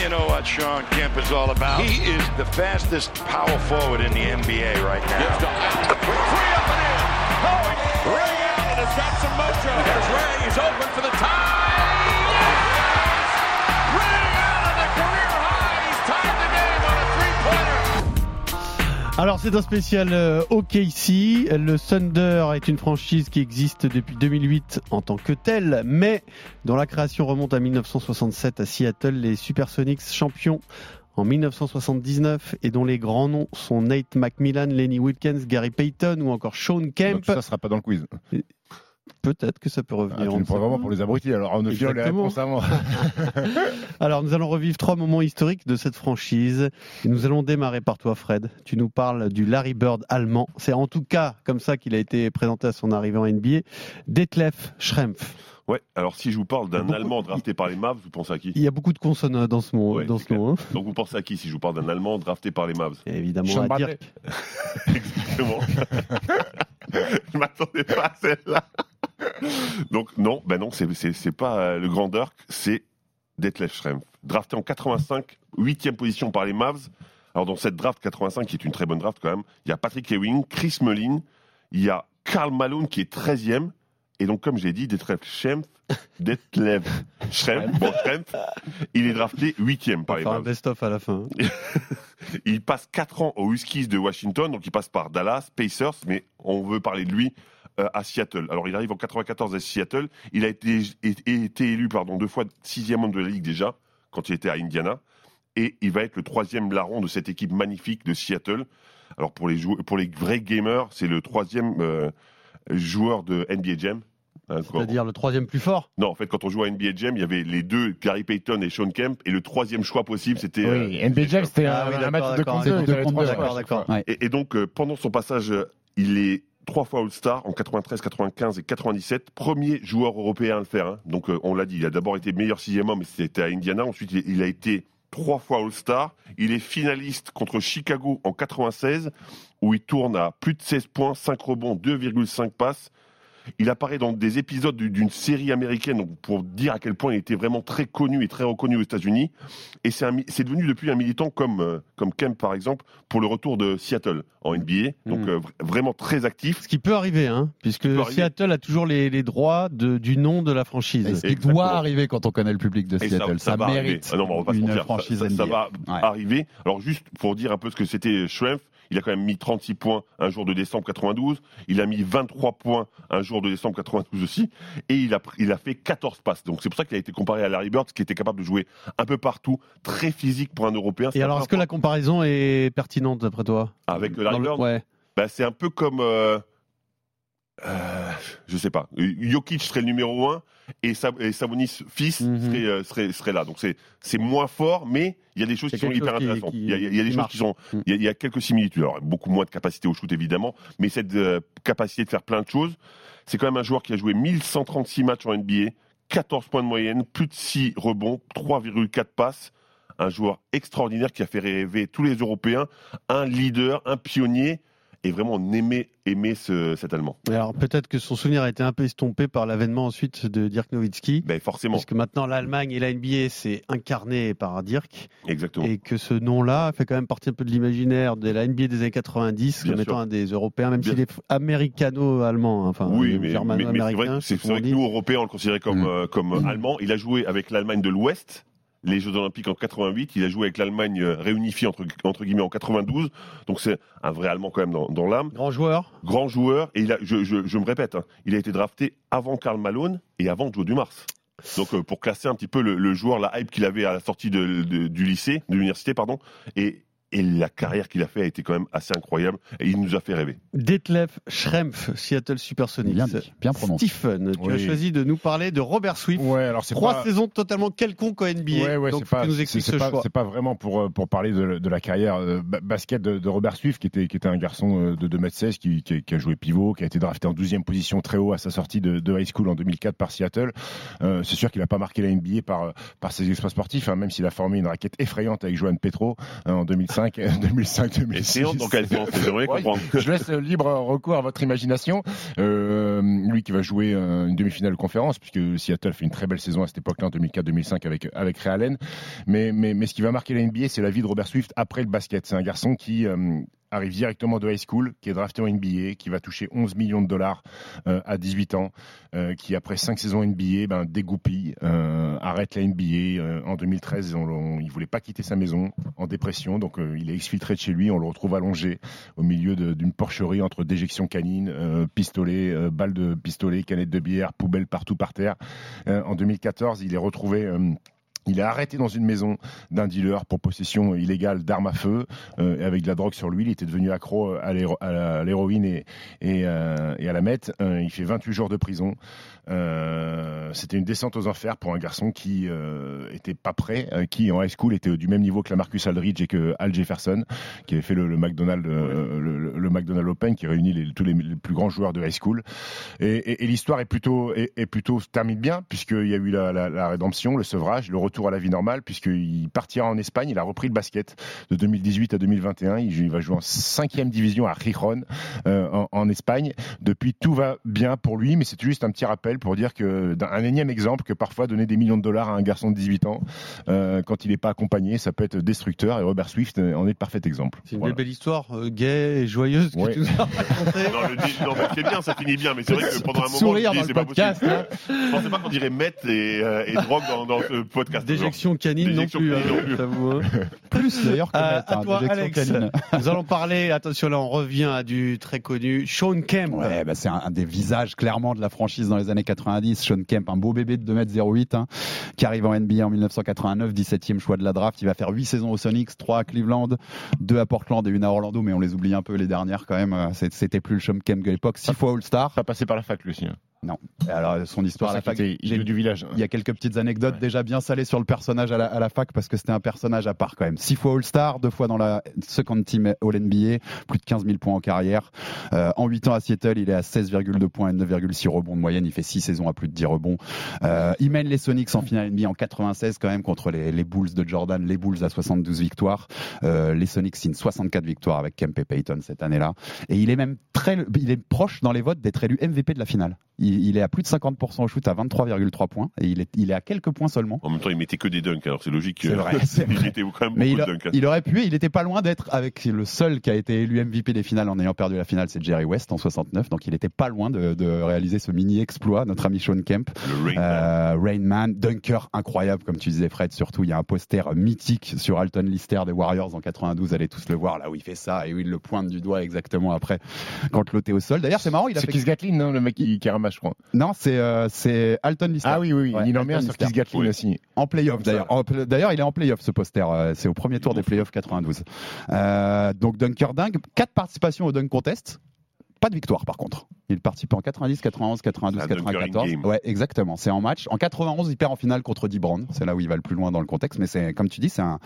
S12: you know what Sean Kemp is all about. He is the fastest power forward in the NBA right now.
S3: Three up and in. Howie Ray Allen has got some mojo. There's Ray. He's open for the tie. Ray Allen, a career high. He's tied the game on a three-pointer.
S5: Alors c'est un spécial euh, OKC. Le Thunder est une franchise qui existe depuis 2008 en tant que telle, mais dont la création remonte à 1967 à Seattle, les Supersonics champions en 1979 et dont les grands noms sont Nate McMillan, Lenny Wilkins, Gary Payton ou encore Sean
S1: Donc,
S5: Kemp.
S1: tout ça sera pas dans le quiz.
S5: Peut-être que ça peut
S1: Ah,
S5: revenir.
S1: tu
S5: on
S1: nous
S5: ne
S1: prends
S5: sait
S1: vraiment
S5: pas.
S1: pour les abrutis. Alors, on ne viole les
S5: Exactement.
S1: réponses avant.
S5: Alors nous allons revivre trois moments historiques de cette franchise. Et nous allons démarrer par toi Fred. Tu nous parles du Larry Bird allemand. C'est en tout cas comme ça qu'il a été présenté à son arrivée en NBA. Detlef Schrempf.
S7: Ouais, alors si je vous parle d'un
S5: Beaucoup-
S7: Allemand drafté par les Mavs, vous pensez à qui
S5: Il y a beaucoup de consonnes dans ce mot.
S7: Ouais,
S5: dans
S7: c'est
S5: ce mot hein.
S7: Donc vous pensez à qui si je vous parle d'un Allemand drafté par les Mavs
S5: Et Évidemment
S1: Sean
S5: à
S1: Bradley.
S5: Dirk.
S7: Exactement. je m'attendais pas à celle-là. Donc non, ben non, c'est- c'est c'est pas euh, le grand Dirk, c'est Detlef Schrempf. Drafté en 85, 8 position par les Mavs. Alors dans cette draft 85, qui est une très bonne draft quand même, il y a Patrick Ewing, Chris Mullin, il y a Karl Malone qui est 13e. Et donc comme j'ai dit, Detlef Schrempf, Detlef Schrempf, bon, Schrempf, il est drafté 8e
S5: On
S7: par
S5: va
S7: les
S5: faire un
S7: Mavs.
S5: best-of à la fin. hein.
S7: Il passe 4 ans aux Huskies de Washington, donc il passe par Dallas, Pacers, mais on veut parler de lui euh, à Seattle. Alors il arrive en 94 à Seattle, il a été, é- été élu pardon, deux fois sixième homme de la Ligue déjà, quand il était à Indiana, et il va être le troisième larron de cette équipe magnifique de Seattle. Alors pour les, jou- pour les vrais gamers, c'est le troisième euh, joueur de NBA Jam. Hein, quand-
S5: C'est-à-dire le troisième plus fort.
S7: non, en fait, quand on jouait à NBA Jam, il y avait les deux, Gary Payton et Sean Kemp, et le troisième choix possible, c'était euh,
S1: Oui, NBA Jam, c'était
S5: Ah oui,
S1: un,
S5: d'accord,
S1: un match de
S5: d'accord,
S1: compte
S5: d'accord,
S1: deux.
S5: d'accord, d'accord.
S7: Et, et donc, euh, pendant son passage, euh, il est trois fois All-Star en 93, 95 et 97. Premier joueur européen à le faire. hein. Donc, euh, on l'a dit, il a d'abord été meilleur sixième homme, mais c'était à Indiana. Ensuite, il, il a été trois fois All-Star. Il est finaliste contre Chicago en 96, où il tourne à plus de 16 points, 5 rebonds, 2,5 passes. Il apparaît dans des épisodes du- d'une série américaine donc pour dire à quel point il était vraiment très connu et très reconnu aux États-Unis. Et c'est un mi- c'est devenu depuis un militant comme, euh, comme Kemp, par exemple, pour le retour de Seattle en NBA. Donc
S5: Mm.
S7: euh, vr- vraiment très actif.
S5: Ce qui peut arriver, hein, puisque
S7: peut arriver.
S5: Seattle a toujours les, les droits de- du nom de la
S6: Et
S5: franchise.
S6: ce qui
S7: Exactement.
S6: doit arriver quand on connaît le public de
S7: Et ça,
S6: Seattle
S7: ça
S6: ça,
S7: va arriver.
S6: mérite
S7: Ah non, mais on va pas se
S6: une
S7: mentir, ça-
S6: franchise
S7: ça, ça
S6: NBA
S7: va
S6: Ouais.
S7: arriver. Alors juste pour dire un peu ce que c'était Schrempf, il a quand même mis 36 points un jour de décembre 92. Il a mis 23 points un jour de décembre 92 aussi. Et il a, il a fait 14 passes. Donc c'est pour ça qu'il a été comparé à Larry Bird, qui était capable de jouer un peu partout, très physique pour un Européen.
S5: Et alors, est-ce que la comparaison est pertinente d'après toi
S7: Avec Larry
S5: Dans le-
S7: Bird
S5: Ouais.
S7: bah, C'est un peu comme. euh, euh, je sais pas. Jokic serait le numéro 1 et, Sab- et Sabonis fils serait, euh, serait, serait là. Donc c'est c'est moins fort, mais il y a des choses
S5: Il y a
S7: qui sont
S5: quelque
S7: hyper
S5: chose qui-
S7: intéressantes.
S5: qui-
S7: Il y a, il y a des
S5: qui
S7: choses
S5: marche. Mm.
S7: qui sont. Il y, a, il y a quelques similitudes. Alors beaucoup moins de capacité au shoot évidemment, mais cette euh, capacité de faire plein de choses, c'est quand même un joueur qui a joué 1136 matchs en NBA, 14 points de moyenne, plus de 6 rebonds, 3,4 passes. Un joueur extraordinaire qui a fait rêver tous les Européens, un leader, un pionnier, et vraiment on aimait, aimait ce- cet Allemand.
S5: Et Alors peut-être que son souvenir a été un peu estompé par l'avènement ensuite de Dirk Nowitzki.
S7: Ben forcément,
S5: Parce que maintenant l'Allemagne et la NBA s'est incarnée par Dirk
S7: exactement.
S5: et que ce nom-là fait quand même partie un peu de l'imaginaire de la NBA des années 90
S7: Bien
S5: comme étant
S7: sûr.
S5: un des Européens, même
S7: Bien
S5: s'il est f- américano-allemand, hein, enfin
S7: oui, mais, mais- mais
S5: euh,
S7: c'est vrai,
S5: germano-américain.
S7: que- c'est
S5: je sais
S7: c'est
S5: pas
S7: vrai que
S5: comment
S7: nous, Européens, on le considérait comme, euh, comme euh, allemand. Il a joué avec l'Allemagne de l'Ouest, les Jeux Olympiques en 88. Il a joué avec l'Allemagne euh, réunifiée, entre, gu- entre guillemets, en 92. Donc c'est un vrai Allemand quand même dans, dans l'âme.
S5: on dit. Grand joueur.
S7: Grand joueur, et il a- je, je- je me répète, hein, il a été drafté avant Karl Malone et avant Joe Dumars. Donc euh, pour classer un petit peu le, le joueur, la hype qu'il avait à la sortie de- de- du lycée, de l'université, pardon, et, et la carrière qu'il a fait a été quand même assez incroyable, et il nous a fait rêver.
S5: Detlef Schrempf, Seattle Supersonics.
S6: Bien, dit, bien prononcé.
S5: Stephen, tu
S1: Oui.
S5: as choisi de nous parler de Robert Swift.
S1: Ouais, alors c'est
S5: Trois
S1: pas...
S5: saisons totalement quelconques en NBA.
S1: Ouais, ouais,
S5: Donc
S1: c'est pas,
S5: tu nous expliques
S1: c'est-
S5: ce
S1: c'est pas-
S5: choix.
S1: c'est pas vraiment pour, euh, pour parler de, de la carrière euh, ba- basket de, de Robert Swift, qui était, qui était un garçon euh, de 2m16, qui, qui, qui a joué pivot, qui a été drafté en 12e position très haut à sa sortie de, de high school en 2004 par Seattle. Euh, c'est sûr qu'il n'a pas marqué la NBA par, euh, par ses exploits sportifs, hein, même s'il a formé une raquette effrayante avec Johan Petro hein, en 2005, 2005
S7: Et
S1: 2006
S7: c'est dans quel sens J'aimerais
S1: Ouais,
S7: comprendre.
S1: je laisse euh, libre recours à votre imagination. Euh, lui qui va jouer euh, une demi-finale de conférence, puisque Seattle fait une très belle saison à cette époque-là, en 2004-2005, avec, avec Ray Allen. Mais, mais, mais ce qui va marquer la NBA, c'est la vie de Robert Swift après le basket. C'est un garçon qui. euh, arrive directement de high school, qui est drafté en NBA, qui va toucher 11 millions de dollars euh, à 18 ans, euh, qui après 5 saisons NBA ben, dégoupille, euh, arrête la NBA euh, en 2013, on, on- il voulait pas quitter sa maison, en dépression, donc euh, il est exfiltré de chez lui, on le retrouve allongé au milieu de- d'une porcherie entre déjection canine, euh, pistolet, euh, balles de pistolet, canettes de bière, poubelles partout par terre. Euh, en 2014, il est retrouvé. euh, il est arrêté dans une maison d'un dealer pour possession illégale d'armes à feu euh, et avec de la drogue sur lui. Il était devenu accro euh, à l'héro- à la- à l'héroïne et, et, euh, et à la meth. Euh, il fait 28 jours de prison. Euh, C'était une descente aux enfers pour un garçon qui euh, était pas prêt, euh, qui en high school était du même niveau que la Marcus Aldridge et que Al Jefferson qui avait fait le, le McDonald's, euh, le, le- le McDonald's Open, qui réunit les- tous les, les plus grands joueurs de high school. Et, et- et l'histoire est plutôt, est, est plutôt se termine bien, puisqu'il y a eu la, la- la rédemption, le sevrage, le retour à la vie normale, puisqu'il partira en Espagne, il a repris le basket de 2018 à 2021. Il, il va jouer en 5 division à Gijón, euh, en, en Espagne. Depuis, tout va bien pour lui, mais c'est juste un petit rappel pour dire que, d'un- un énième exemple, que parfois donner des millions de dollars à un garçon de 18 ans, euh, quand il n'est pas accompagné, ça peut être destructeur, et Robert Swift euh, en est le parfait exemple.
S5: C'est une
S1: Voilà.
S5: belle belle histoire, euh, gaie et joyeuse que
S1: Ouais.
S5: tu nous as racontée.
S7: Non, le dé- non, mais c'est bien, ça finit bien, mais c'est vrai que pendant un moment,
S5: sourire
S7: je me
S5: dans
S7: dis,
S5: le
S7: c'est pas
S5: podcast,
S6: hein.
S7: possible. Je pensais pas qu'on dirait mettre et, euh, et drogue dans, dans ce podcast.
S5: Déjection canine
S7: Déjection
S5: non plus,
S7: canine
S5: hein,
S7: non plus.
S5: j'avoue, hein.
S6: Plus d'ailleurs que
S5: Euh,
S6: Matt,
S5: à
S6: hein,
S5: toi,
S6: déjection
S5: Alex.
S6: canine.
S5: Nous allons parler, attention là, on revient à du très connu, Sean Kemp.
S6: Ouais, bah, c'est un, un des visages clairement de la franchise dans les années 90. Sean Kemp, un beau bébé de 2m08, hein, qui arrive en NBA en 1989, 17e choix de la draft. Il va faire 8 saisons aux Sonics, 3 à Cleveland, 2 à Portland et 1 à Orlando, mais on les oublie un peu les dernières quand même. Euh, c'est- C'était plus le Sean Kemp de l'époque. 6 fois All-Star.
S1: Pas passé par la fac, Lucien.
S6: Et Alors son histoire à la fac,
S1: il est du village.
S6: il y a quelques petites anecdotes déjà bien salées sur le personnage à la, à la fac parce que c'était un personnage à part quand même. Six fois All-Star, deux fois dans la second team All-NBA, plus de 15 000 points en carrière. Euh, en 8 ans à Seattle, il est à 16,2 points et 9,6 rebonds de moyenne. Il fait 6 saisons à plus de 10 rebonds. Euh, il mène les Sonics en finale NBA en 96 quand même contre les, les Bulls de Jordan, les Bulls à 72 victoires. Euh, les Sonics signent 64 victoires avec Kempe Payton cette année-là. Et il est même très, il est proche dans les votes d'être élu MVP de la finale. Il, il, il est à plus de 50% au shoot à 23,3 points et il est, il est à quelques points seulement.
S7: En même temps, il mettait que des dunks, alors c'est logique.
S6: C'est vrai,
S7: euh,
S6: c'est
S7: il
S6: vrai.
S7: était quand même
S6: Mais
S7: beaucoup
S6: il, a-
S7: de dunks. hein.
S6: il aurait pu, et il était pas loin d'être avec le seul qui a été élu MVP des finales en ayant perdu la finale, c'est Jerry West en 69. Donc il était pas loin de, de réaliser ce mini exploit, notre ami Sean Kemp.
S7: Le Rain
S6: Euh, Rain Man, dunker incroyable, comme tu disais Fred, surtout il y a un poster mythique sur Alton Lister des Warriors en 92, allez tous le voir là où il fait ça et où il le pointe du doigt exactement après quand l'autre est au sol. D'ailleurs c'est marrant, il a
S1: C'est
S6: fait...
S1: Kiss Gatlin, non, le mec qui, qui ramasse, je crois.
S6: Non, c'est euh, c'est Alton Lister.
S1: Ah oui, oui,
S6: Ouais,
S1: il en met un
S6: Alton
S1: sur
S6: Lister.
S1: Kiss Gatlin
S7: Oui.
S1: aussi.
S6: En playoff
S1: ça.
S6: d'ailleurs. En pl- D'ailleurs, il est en playoff ce poster. euh, C'est au premier tour des playoffs 92. Euh, donc Dunker Dunk, 4 participations au Dunk Contest. Pas de victoire par contre. Il participe en 90, 91, 92,
S7: C'est un Dunker in
S6: 94.
S7: game.
S6: Ouais, exactement. C'est en match. En 91, il perd en finale contre D. Brown. C'est là où il va le plus loin dans le contexte. Mais c'est, comme tu dis, c'est un,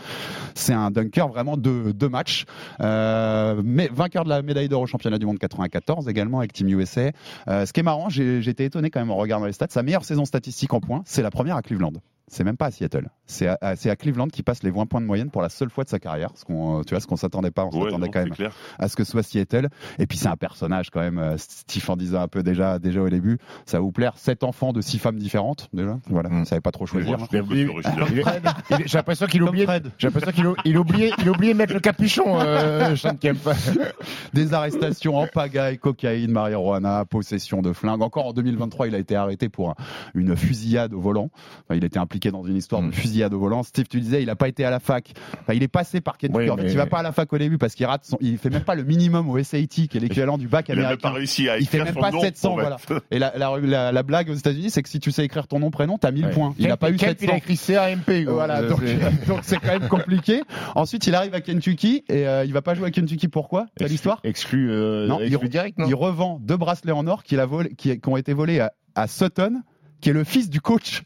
S6: c'est un dunker vraiment de, de match. Euh, mais vainqueur de la médaille d'or au championnat du monde 94 également avec Team USA. Euh, ce qui est marrant, j'ai, j'étais étonné quand même en regardant les stats. Sa meilleure saison statistique en points, c'est la première à Cleveland. C'est même pas à Seattle. C'est à, à- c'est à Cleveland qui passe les 20 points de moyenne pour la seule fois de sa carrière. Ce qu'on, tu vois, ce qu'on s'attendait pas. On
S7: Ouais, non,
S6: s'attendait quand
S7: c'est
S6: même
S7: clair.
S6: à ce que soit Seattle. Et puis c'est un personnage quand même, euh, Steve en disait un peu déjà, déjà au début, ça va vous plaire, sept enfants de six femmes différentes déjà, voilà,
S1: Mm.
S6: vous savez pas trop choisir.
S7: Ouais, je trouve que c'est original.
S1: Il- il- J'ai l'impression qu'il
S5: Comme
S1: oubliait,
S5: Fred.
S1: j'ai l'impression qu'il il oubliait, il oubliait de mettre le capuchon, euh, Sean Kemp.
S6: Des arrestations en pagaille, cocaïne, marijuana, possession de flingue. Encore en 2023, il a été arrêté pour un- une fusillade au volant. Enfin, il était impliqué dans une histoire de
S1: Mm.
S6: fusillade au volant. Steve, tu disais, il n'a pas été à la fac. Enfin, il est passé par Kentucky.
S1: Oui,
S6: en fait,
S1: mais-
S6: il va pas à la fac au début parce qu'il rate son, il fait même pas le minimum au SAT, qui est l'équivalent du bac
S7: Il n'a même pas
S6: américain.
S7: réussi à
S6: Il fait
S7: écrire
S6: même
S7: son
S6: pas
S7: nom,
S6: 700,
S7: en fait.
S6: voilà. Et la, la, la- la blague aux États-Unis, c'est que si tu sais écrire ton nom, prénom, t'as 1000
S1: Ouais.
S6: points. Il n'a
S1: Kemp-
S6: pas eu
S1: Kemp,
S6: 700.
S1: Il a écrit CAMP. gros.
S6: Voilà,
S1: Euh,
S6: donc
S1: c'est-
S6: donc c'est quand même compliqué. Ensuite, il arrive à Kentucky et euh, il va pas jouer à Kentucky. Pourquoi T'as l'histoire
S1: Exclu, euh,
S6: Non, il-
S1: exclu direct, non
S6: Il revend deux bracelets en or qu'il a volé, qui, qui ont été volés à, à Sutton, qui est le fils du coach.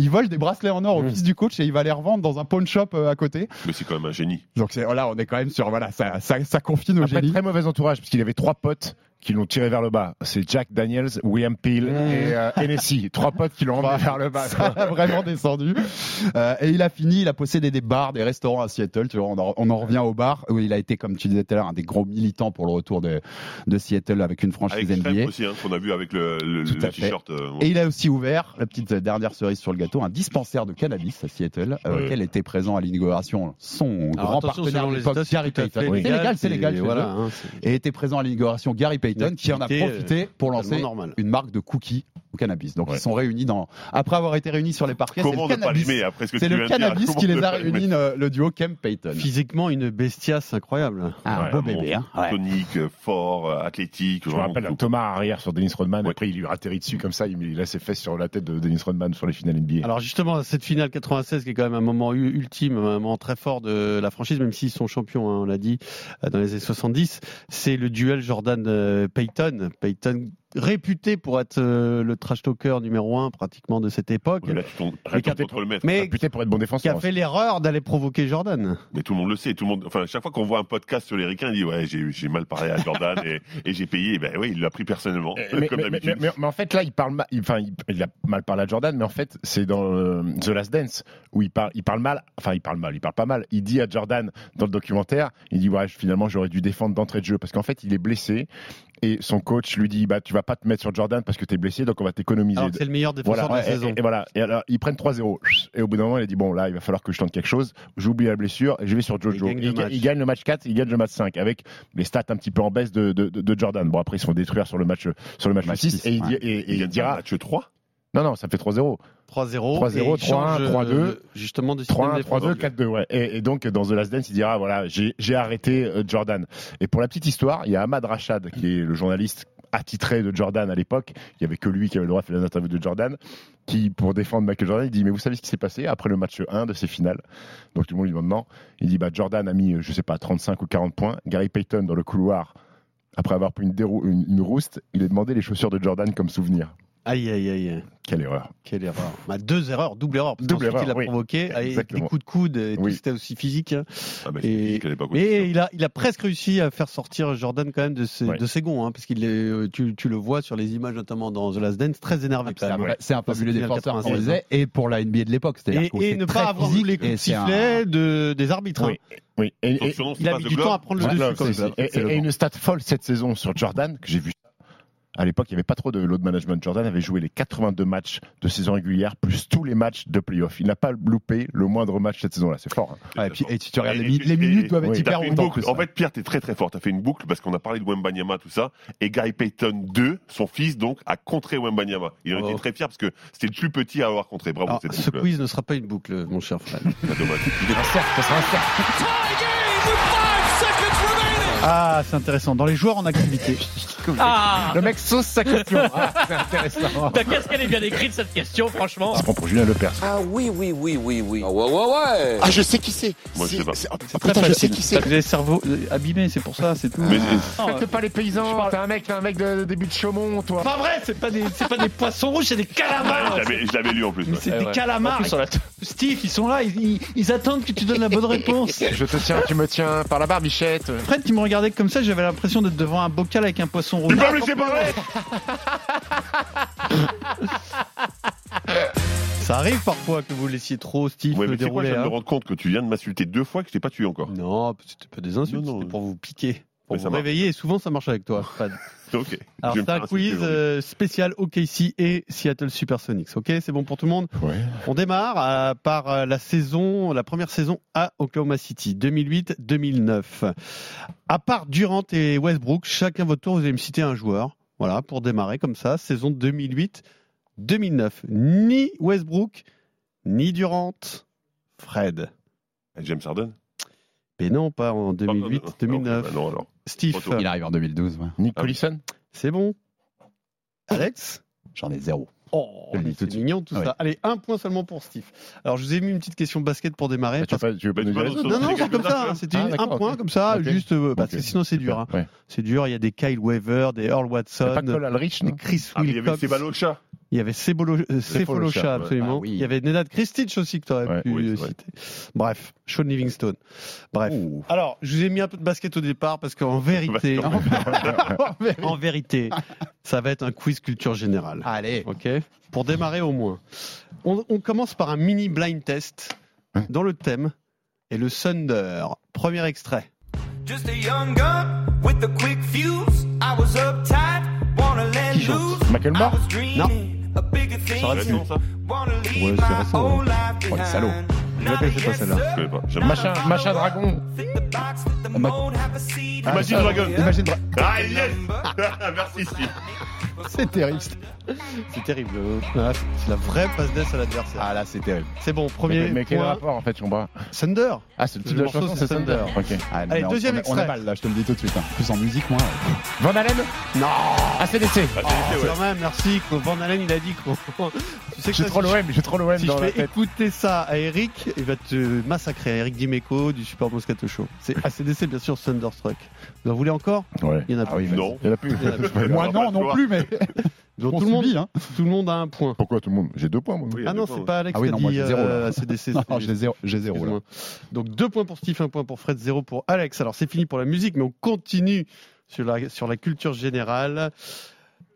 S6: Il vole des bracelets en or au fils du coach et il va les revendre dans un pawn shop euh, à côté.
S7: Mais c'est quand même un génie.
S6: Donc c'est- là, on est quand même sur voilà, ça, ça, ça confine au
S1: Après,
S6: génie.
S1: très mauvais entourage, parce qu'il avait trois potes qui l'ont tiré vers le bas. C'est Jack Daniels, William Peel et euh, Hennessy. Trois potes qui l'ont emmené vers le bas.
S6: Ça a vraiment descendu. Euh, et il a fini, il a possédé des bars, des restaurants à Seattle. Tu vois, on en, on en revient au bar où il a été, comme tu disais tout à l'heure, un des gros militants pour le retour de, de Seattle avec une
S7: Avec
S6: franchise
S7: Steph
S6: NBA.
S7: aussi, hein, qu'on a vu avec le, le-
S6: Tout
S7: le
S6: à fait.
S7: t-shirt. euh, ouais.
S6: Et il a aussi ouvert, la petite dernière cerise sur le gâteau, un dispensaire de cannabis à Seattle, euh,
S1: Ouais.
S6: auquel était présent à l'inauguration son
S5: Alors,
S6: grand
S5: attention,
S6: partenaire
S5: selon
S6: de
S5: les
S6: l'époque,
S5: États, c'est
S6: Gary
S5: tout à fait
S6: Payton. C'est légal, c'est légal. chez
S5: Voilà,
S6: eux.
S5: hein, c'est
S6: Et était présent à l'inauguration Gary Payton,
S5: Une
S6: qui en a
S5: activité,
S6: profité pour lancer
S5: totalement normal.
S6: une marque de cookies au cannabis. Donc
S1: Ouais.
S6: ils sont réunis dans, après avoir été réunis sur les parquets, c'est
S7: Comment
S6: le
S7: ne pas
S6: cannabis.
S7: l'aimer après ce que
S6: C'est
S7: tu
S6: le
S7: viens de dire
S6: cannabis
S7: Comment
S6: qui
S7: ne
S6: les a
S7: pas l'aimer
S6: réunis, euh, le duo Kemp Payton.
S5: Physiquement, une bestiace incroyable.
S6: Ah,
S7: Ouais,
S6: beau
S7: bon,
S6: bébé, hein.
S7: Tonique, euh, fort, euh, athlétique.
S1: Je me
S7: vraiment
S1: rappelle un
S7: tout.
S1: Thomas arrière sur Dennis Rodman.
S7: Ouais.
S1: Après, il lui atterrit dessus comme ça. Il il a ses fesses sur la tête de Dennis Rodman sur les finales NBA.
S5: Alors justement, cette finale 96 qui est quand même un moment u- ultime, un moment très fort de la franchise, même s'ils sont champions, hein, on l'a dit, euh, dans les années 70, c'est le duel Jordan-Payton. Payton réputé pour être euh, le trash talker numéro un pratiquement de cette époque,
S7: Oh Là, tu tombes
S5: Mais qui a-
S7: contre le maître.
S1: Ah,
S5: mais
S1: putain, pour être bon
S5: qui
S1: défenseur. hein.
S5: a fait l'erreur d'aller provoquer Jordan.
S7: Mais tout le monde le sait. Tout le monde, enfin, chaque fois qu'on voit un podcast sur les ricains, il dit Ouais, j'ai j'ai mal parlé à Jordan et, et j'ai payé. Ben oui, il l'a pris personnellement,
S1: Euh, mais,
S7: comme
S1: mais- mais-
S7: d'habitude.
S1: mais- mais en fait, là, il parle mal. il- Enfin, il, il a mal parlé à Jordan, mais en fait, c'est dans euh, The Last Dance où il parle, il parle mal. Enfin, il parle mal, il parle pas mal. Il dit à Jordan dans le documentaire, il dit ouais, finalement, j'aurais dû défendre d'entrée de jeu parce qu'en fait, il est blessé et son coach lui dit bah, tu vas pas te mettre sur Jordan parce que t'es blessé, donc on va t'économiser.
S5: Alors que c'est le meilleur défenseur de
S1: Voilà,
S5: la
S1: ouais, et,
S5: saison.
S1: et- et voilà. Et alors, ils prennent 3-0. Et au bout d'un moment, il a dit Bon, là, il va falloir que je tente quelque chose. J'oublie la blessure et je vais sur Jojo.
S5: Il gagne
S1: Et
S5: le
S1: il, ga-
S5: match.
S1: il gagne le match 4, il gagne le match 5 avec les stats un petit peu en baisse de, de, de- de Jordan. Bon, après, ils se font détruire sur le match, sur le match,
S6: Match
S1: 6.
S6: six,
S1: et il, dit-
S6: ouais.
S1: et- et
S7: Il gagne
S1: il
S7: pas un
S1: dira
S7: match 3.
S1: Non, non, ça fait 3-0.
S5: 3-0,
S1: 3-0,
S5: et il change,
S1: 3-1, 3-2,
S5: euh, justement de système
S1: 3-1,
S5: de
S1: 3-2,
S5: défense.
S1: 4-2. Ouais. Et, et donc, dans The Last Dance, il dira ah, voilà, j'ai j'ai arrêté euh, Jordan. Et pour la petite histoire, il y a Ahmad Rachad, qui est le journaliste attitré de Jordan à l'époque. Il y avait que lui qui avait le droit de faire les interviews de Jordan, qui, pour défendre Michael Jordan, il dit Mais vous savez ce qui s'est passé après le match 1 de ces finales Donc, tout le monde lui demande Non. Il dit bah, Jordan a mis, euh, je sais pas, 35 ou 40 points. Gary Payton, dans le couloir, après avoir pris une, dérou- une, une rouste, il a demandé les chaussures de Jordan comme souvenir.
S5: Aïe, aïe, aïe. aïe.
S1: Quelle erreur.
S5: Quelle erreur. Bah, deux erreurs, double erreur. Parce
S1: Double
S5: qu'ensuite, il
S1: erreur,
S5: l'a
S1: oui.
S5: provoqué avec des
S1: Exactement.
S5: coups de coude et tout,
S1: Oui.
S5: c'était aussi physique. hein.
S7: Ah ben,
S5: Et-
S7: c'est qu'à l'époque, oui.
S5: Mais il a, il a presque réussi à faire sortir Jordan quand même de ses,
S1: Ouais.
S5: de ses gonds, hein, parce qu'il est, euh, tu, tu le vois sur les images, notamment dans The Last Dance, très énervé quand
S6: C'est un-
S5: même.
S6: C'est un fabuleux
S5: Parce que
S6: défenseur, on
S5: 96,
S6: disait, et pour la NBA de l'époque. C'est-à-dire
S5: Et,
S6: que
S5: et
S6: Ah, c'est
S5: ne
S6: très
S5: pas avoir eu
S6: physique
S5: les
S6: et
S5: coups de
S6: c'est un-
S5: sifflet de, des arbitres. hein.
S1: Oui. Oui. Et-
S7: Son
S1: et-
S7: surnom,
S5: Il
S7: c'est
S5: a
S7: pas
S5: mis
S7: The
S5: du temps à
S7: Globe.
S5: prendre le
S1: Voilà,
S5: dessus.
S1: c'est-
S5: quand même.
S1: et, et- et une stat folle cette saison sur Jordan que j'ai vu À l'époque, il n'y avait pas trop de load management. Jordan avait joué les 82 matchs de saison régulière, plus tous les matchs de playoff. Il n'a pas loupé le moindre match cette saison-là. C'est fort.
S6: Hein. Ouais, et, puis, et si tu regardes et les, mi les, minutes, doivent être oui, hyper longtemps.
S7: En fait, Pierre, t'es très très fort. T'as fait une boucle parce qu'on a parlé de Wembanyama, tout ça. Et Guy Payton 2, son fils, donc, a contré Wembanyama. Il en oh. était très fier parce que c'était le plus petit à avoir contré. Bravo.
S5: Alors, cette ah, ce boucle. quiz ne sera pas une boucle, mon cher Fred.
S7: dommage.
S5: Il est un cercle, ça sera un cercle. Ah, c'est intéressant. Dans les joueurs en activité.
S13: Ah.
S5: Le mec sauce sa question. Ah, c'est intéressant.
S13: Bah, qu'est-ce qu'elle est bien écrite cette question, franchement
S1: C'est pour Julien Lepers.
S14: Ah oui, oui, oui, oui, oui.
S15: Ah, ouais, ouais, ouais.
S14: Ah, je sais qui c'est.
S7: Moi, je sais pas.
S14: Ah, putain, je sais qui c'est.
S5: T'as des cerveaux abîmés, c'est pour ça, c'est tout.
S1: Mais ah, pas les paysans. T'es un mec, t'es un mec de début de Chaumont, toi.
S13: Pas vrai, c'est pas des, c'est pas des poissons rouges, c'est des
S6: Ah,
S13: calamars.
S7: Je l'avais lu en plus.
S13: C'est des calamars. Steve, ils sont là, ils, attendent que tu donnes la bonne réponse.
S1: Je te tiens, tu me tiens par la barbichette.
S5: Fred, tu me regarder comme ça, j'avais l'impression d'être devant un bocal avec un poisson rouge.
S7: Bah, mais c'est pas vrai
S5: Ça arrive parfois que vous laissiez trop Steve
S7: ouais,
S5: le dérouler.
S7: Quoi, je
S5: hein.
S7: viens de me rendre compte que tu viens de m'insulter deux fois et que je t'ai pas tué encore.
S5: Non, c'était pas des insultes, c'était pour vous piquer, pour mais vous réveiller. Et souvent, ça marche avec toi, Fred.
S7: ok.
S5: Alors, c'est un quiz euh, spécial OKC et Seattle Supersonics. Ok, c'est bon pour tout le monde
S1: ouais.
S5: On démarre euh, par euh, la saison, la première saison à Oklahoma City, 2008-2009. À part Durant et Westbrook, chacun votre tour, vous allez me citer un joueur. Voilà, pour démarrer comme ça, saison 2008-2009. Ni Westbrook, ni Durant, Fred. euh,
S7: Et James Harden
S5: mais non, pas en 2008, oh, non, non, 2009.
S7: Non, bah alors.
S5: Steve.
S6: Il arrive en 2012. Ouais.
S1: Nick
S7: Ah.
S1: Collison.
S5: C'est bon. Alex
S6: J'en ai zéro.
S5: Oh, c'est mignon tout ouais. ça. Allez, un point seulement pour Steve. Alors, je vous ai mis une petite question basket pour démarrer.
S1: Ah, tu, veux pas, tu veux pas
S7: Bah,
S5: nous
S1: dire
S5: Eh, Non, non, non c'est comme ça. C'était ah, un point okay. comme ça, okay. juste euh, parce okay. que sinon c'est dur. Hein. Ouais. C'est dur. Il y a des Kyle Weaver, des Earl Watson,
S1: pas Cole Alrich,
S5: des Chris ah, Wilcox. Il y avait Sebolocha, absolument. Ah, oui. Il y avait Nedad Kristic aussi que tu aurais ouais, pu oui, citer. Bref, Sean Livingstone. Bref. Ouh. Alors, je vous ai mis un peu de basket au départ parce qu'en vérité, en vérité, ça va être un quiz culture générale.
S6: Allez.
S5: OK Pour démarrer au moins. On, on, commence par un mini blind test dans le thème et le Thunder. Premier extrait.
S16: Just a young gun with a quick fuse. I was uptight, wanna let
S5: Qui
S16: loose.
S5: Macklemore
S6: Non.
S5: Ça aurait pu.
S6: Ouais, c'est récent. Ouais. Oh, les salauds.
S5: Je la connaissais pas celle-là.
S7: Je pas. J'aime
S1: Machin, machin dragon.
S6: Ma-
S7: Ah, Imagine
S6: ça,
S7: Dragon.
S6: Imagine Dra-
S7: Ah yes Merci Steve.
S5: C'est terrible. C'est terrible. Voilà, c'est la vraie passe d'ess à l'adversaire.
S6: Ah là, c'est terrible.
S5: C'est bon, premier.
S1: Mais, mais quel
S5: point.
S1: rapport en fait, on bas
S5: Thunder.
S1: Ah, c'est le titre de la chanson, c'est Thunder. Ok.
S6: Ah,
S5: Allez,
S6: on-
S5: deuxième
S6: on,
S5: extrait.
S6: On a mal là, je te le dis tout de suite. hein. Plus en musique, moi.
S1: Van Halen Ah,
S5: Non
S1: ACDC.
S5: oh, Quand même, merci. que Van Halen, il a dit qu'on. tu sais
S1: J'ai
S5: ça,
S1: trop
S5: si je-
S1: l'OM, j'ai trop l'OM
S5: Si je
S1: dans la
S5: fais
S1: tête.
S5: écouter ça à Eric, il va te massacrer. Eric Dimeco du Super Moscato Show. C'est ACDC, bien sûr, Thunderstruck. Vous en voulez encore
S1: Ouais.
S5: Il y en a
S7: Ah
S5: plus.
S7: oui, non.
S1: Il y en a plus.
S5: Il y en a plus.
S7: Ouais,
S6: Moi
S7: on va
S6: non,
S7: pas
S6: non
S7: le
S6: plus, mais
S5: Donc
S6: on
S5: tout le, monde,
S6: subit. Hein.
S5: tout le monde a un point.
S1: Pourquoi tout le monde J'ai deux points, moi.
S7: Oui, il y a
S5: Ah
S7: des
S5: non,
S7: fois,
S5: c'est
S7: ouais.
S5: pas Alex
S6: Ah oui,
S5: qui a
S6: non, moi,
S5: dit
S6: j'ai zéro, là.
S5: euh, ACDC.
S6: Non, j'ai zéro, j'ai zéro là.
S5: Excuse-moi. Donc deux points pour Steve, un point pour Fred, zéro pour Alex. Alors c'est fini pour la musique, mais on continue sur la, sur la culture générale.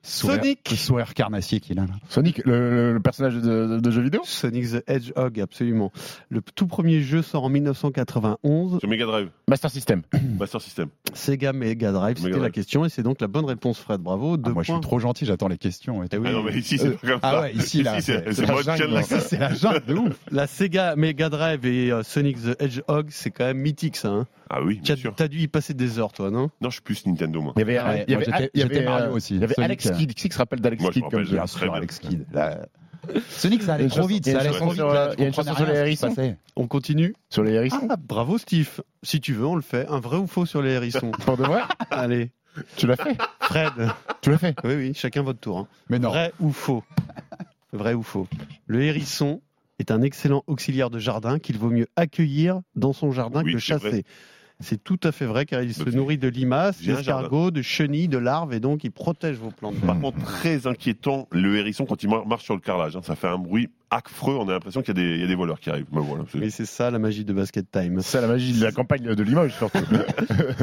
S6: Le
S5: Sonic
S6: sourire carnassier qu'il a là.
S1: Sonic, le, le personnage de, de jeu vidéo
S5: Sonic the Hedgehog, absolument. Le p- tout premier jeu sort en 1991.
S7: Sur Mega Drive,
S1: Master System.
S7: Master System.
S5: Sega Mega Drive, c'était
S7: Mega
S5: la
S7: Drive.
S5: question, et c'est donc la bonne réponse, Fred. Bravo, deux
S6: Ah, moi, je
S5: points.
S6: suis trop gentil, j'attends les questions. et tout.
S5: Eh oui.
S7: Ah non, mais ici, c'est
S6: Euh,
S7: pas comme
S6: ah
S7: ça.
S6: ouais, ici, là,
S7: c'est
S6: c'est-
S7: c'est
S1: c'est
S7: mode
S1: la jungle,
S7: challenge.
S6: Ça, c'est la jungle de ouf.
S5: La Sega Mega Drive et euh, Sonic the Hedgehog, c'est quand même mythique ça. Hein
S7: Ah oui, bien
S5: T'as-
S7: sûr.
S5: T'as dû y passer des heures, toi, non
S7: Non, je suis plus Nintendo, moi.
S1: Il y avait,
S6: Ah ouais,
S1: il
S6: moi,
S1: y avait,
S6: j'étais-
S1: il y
S6: j'étais
S1: avait,
S6: Mario
S1: euh,
S6: aussi.
S1: Il y avait
S6: Sonic,
S1: Alex
S6: euh,
S1: Kidd. Qui se rappelle d'Alex
S7: Moi, je
S1: Kidd
S7: me
S1: comme
S7: rappelle,
S1: jeu
S6: Bien sûr,
S7: bien.
S6: Alex Kidd. là. Sonic, ça
S1: Il y a
S6: allait
S1: une
S6: trop
S1: chanson-
S6: vite.
S1: il y a
S6: Ça
S1: une
S6: allait
S1: chanson
S6: trop vite.
S1: sur,
S6: là,
S1: euh,
S6: tu
S1: il y a une
S6: comprenais
S1: chanson sur
S6: rien à ce qui
S1: les
S6: se passait.
S5: On continue
S1: Sur les hérissons
S5: Ah, bravo Steve Si tu veux, on le fait. Un vrai ou faux sur les hérissons.
S1: Pour de vrai
S5: Allez,
S1: Tu l'as fait
S5: Fred.
S1: Tu l'as fait
S5: Oui, oui, chacun votre tour. hein.
S6: Mais non.
S5: Vrai ou faux Vrai ou faux Le hérisson est un excellent auxiliaire de jardin qu'il vaut mieux accueillir dans son jardin
S7: Oui,
S5: que
S7: c'est vrai. Bah,
S5: chasser. C'est tout à fait vrai car il se
S7: Ok.
S5: nourrit de limaces,
S7: J'ai un
S5: d'escargots, de chenilles, de larves et donc il protège vos plantes.
S7: Par contre, très inquiétant, le hérisson, quand il mar- marche sur le carrelage, hein, ça fait un bruit affreux. On a l'impression qu'il y, a des- il y a des voleurs qui arrivent. Mais voilà, c'est-
S5: Mais c'est ça la magie de Basket Time.
S1: C'est la magie de la campagne de Limoges, surtout.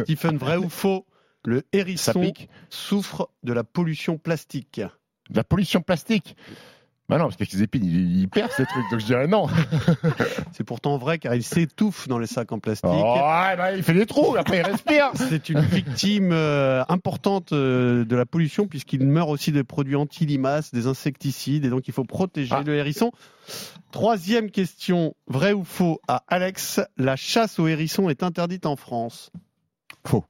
S5: Stephen, vrai ou faux Le
S1: Ça
S5: hérisson
S1: pique.
S5: souffre de la pollution plastique.
S1: De La pollution plastique Bah non, parce qu'avec ses épines, il, il perd ces trucs, donc je dirais non.
S5: C'est pourtant vrai car il s'étouffe dans les sacs en plastique.
S1: Oh, ouais, bah, il fait des trous, après il respire.
S5: C'est une victime euh, importante euh, de la pollution puisqu'il meurt aussi des produits anti-limaces, des insecticides, et donc il faut protéger le hérisson. Troisième question, vrai ou faux à Alex, la chasse au hérisson est interdite en France
S6: Faux.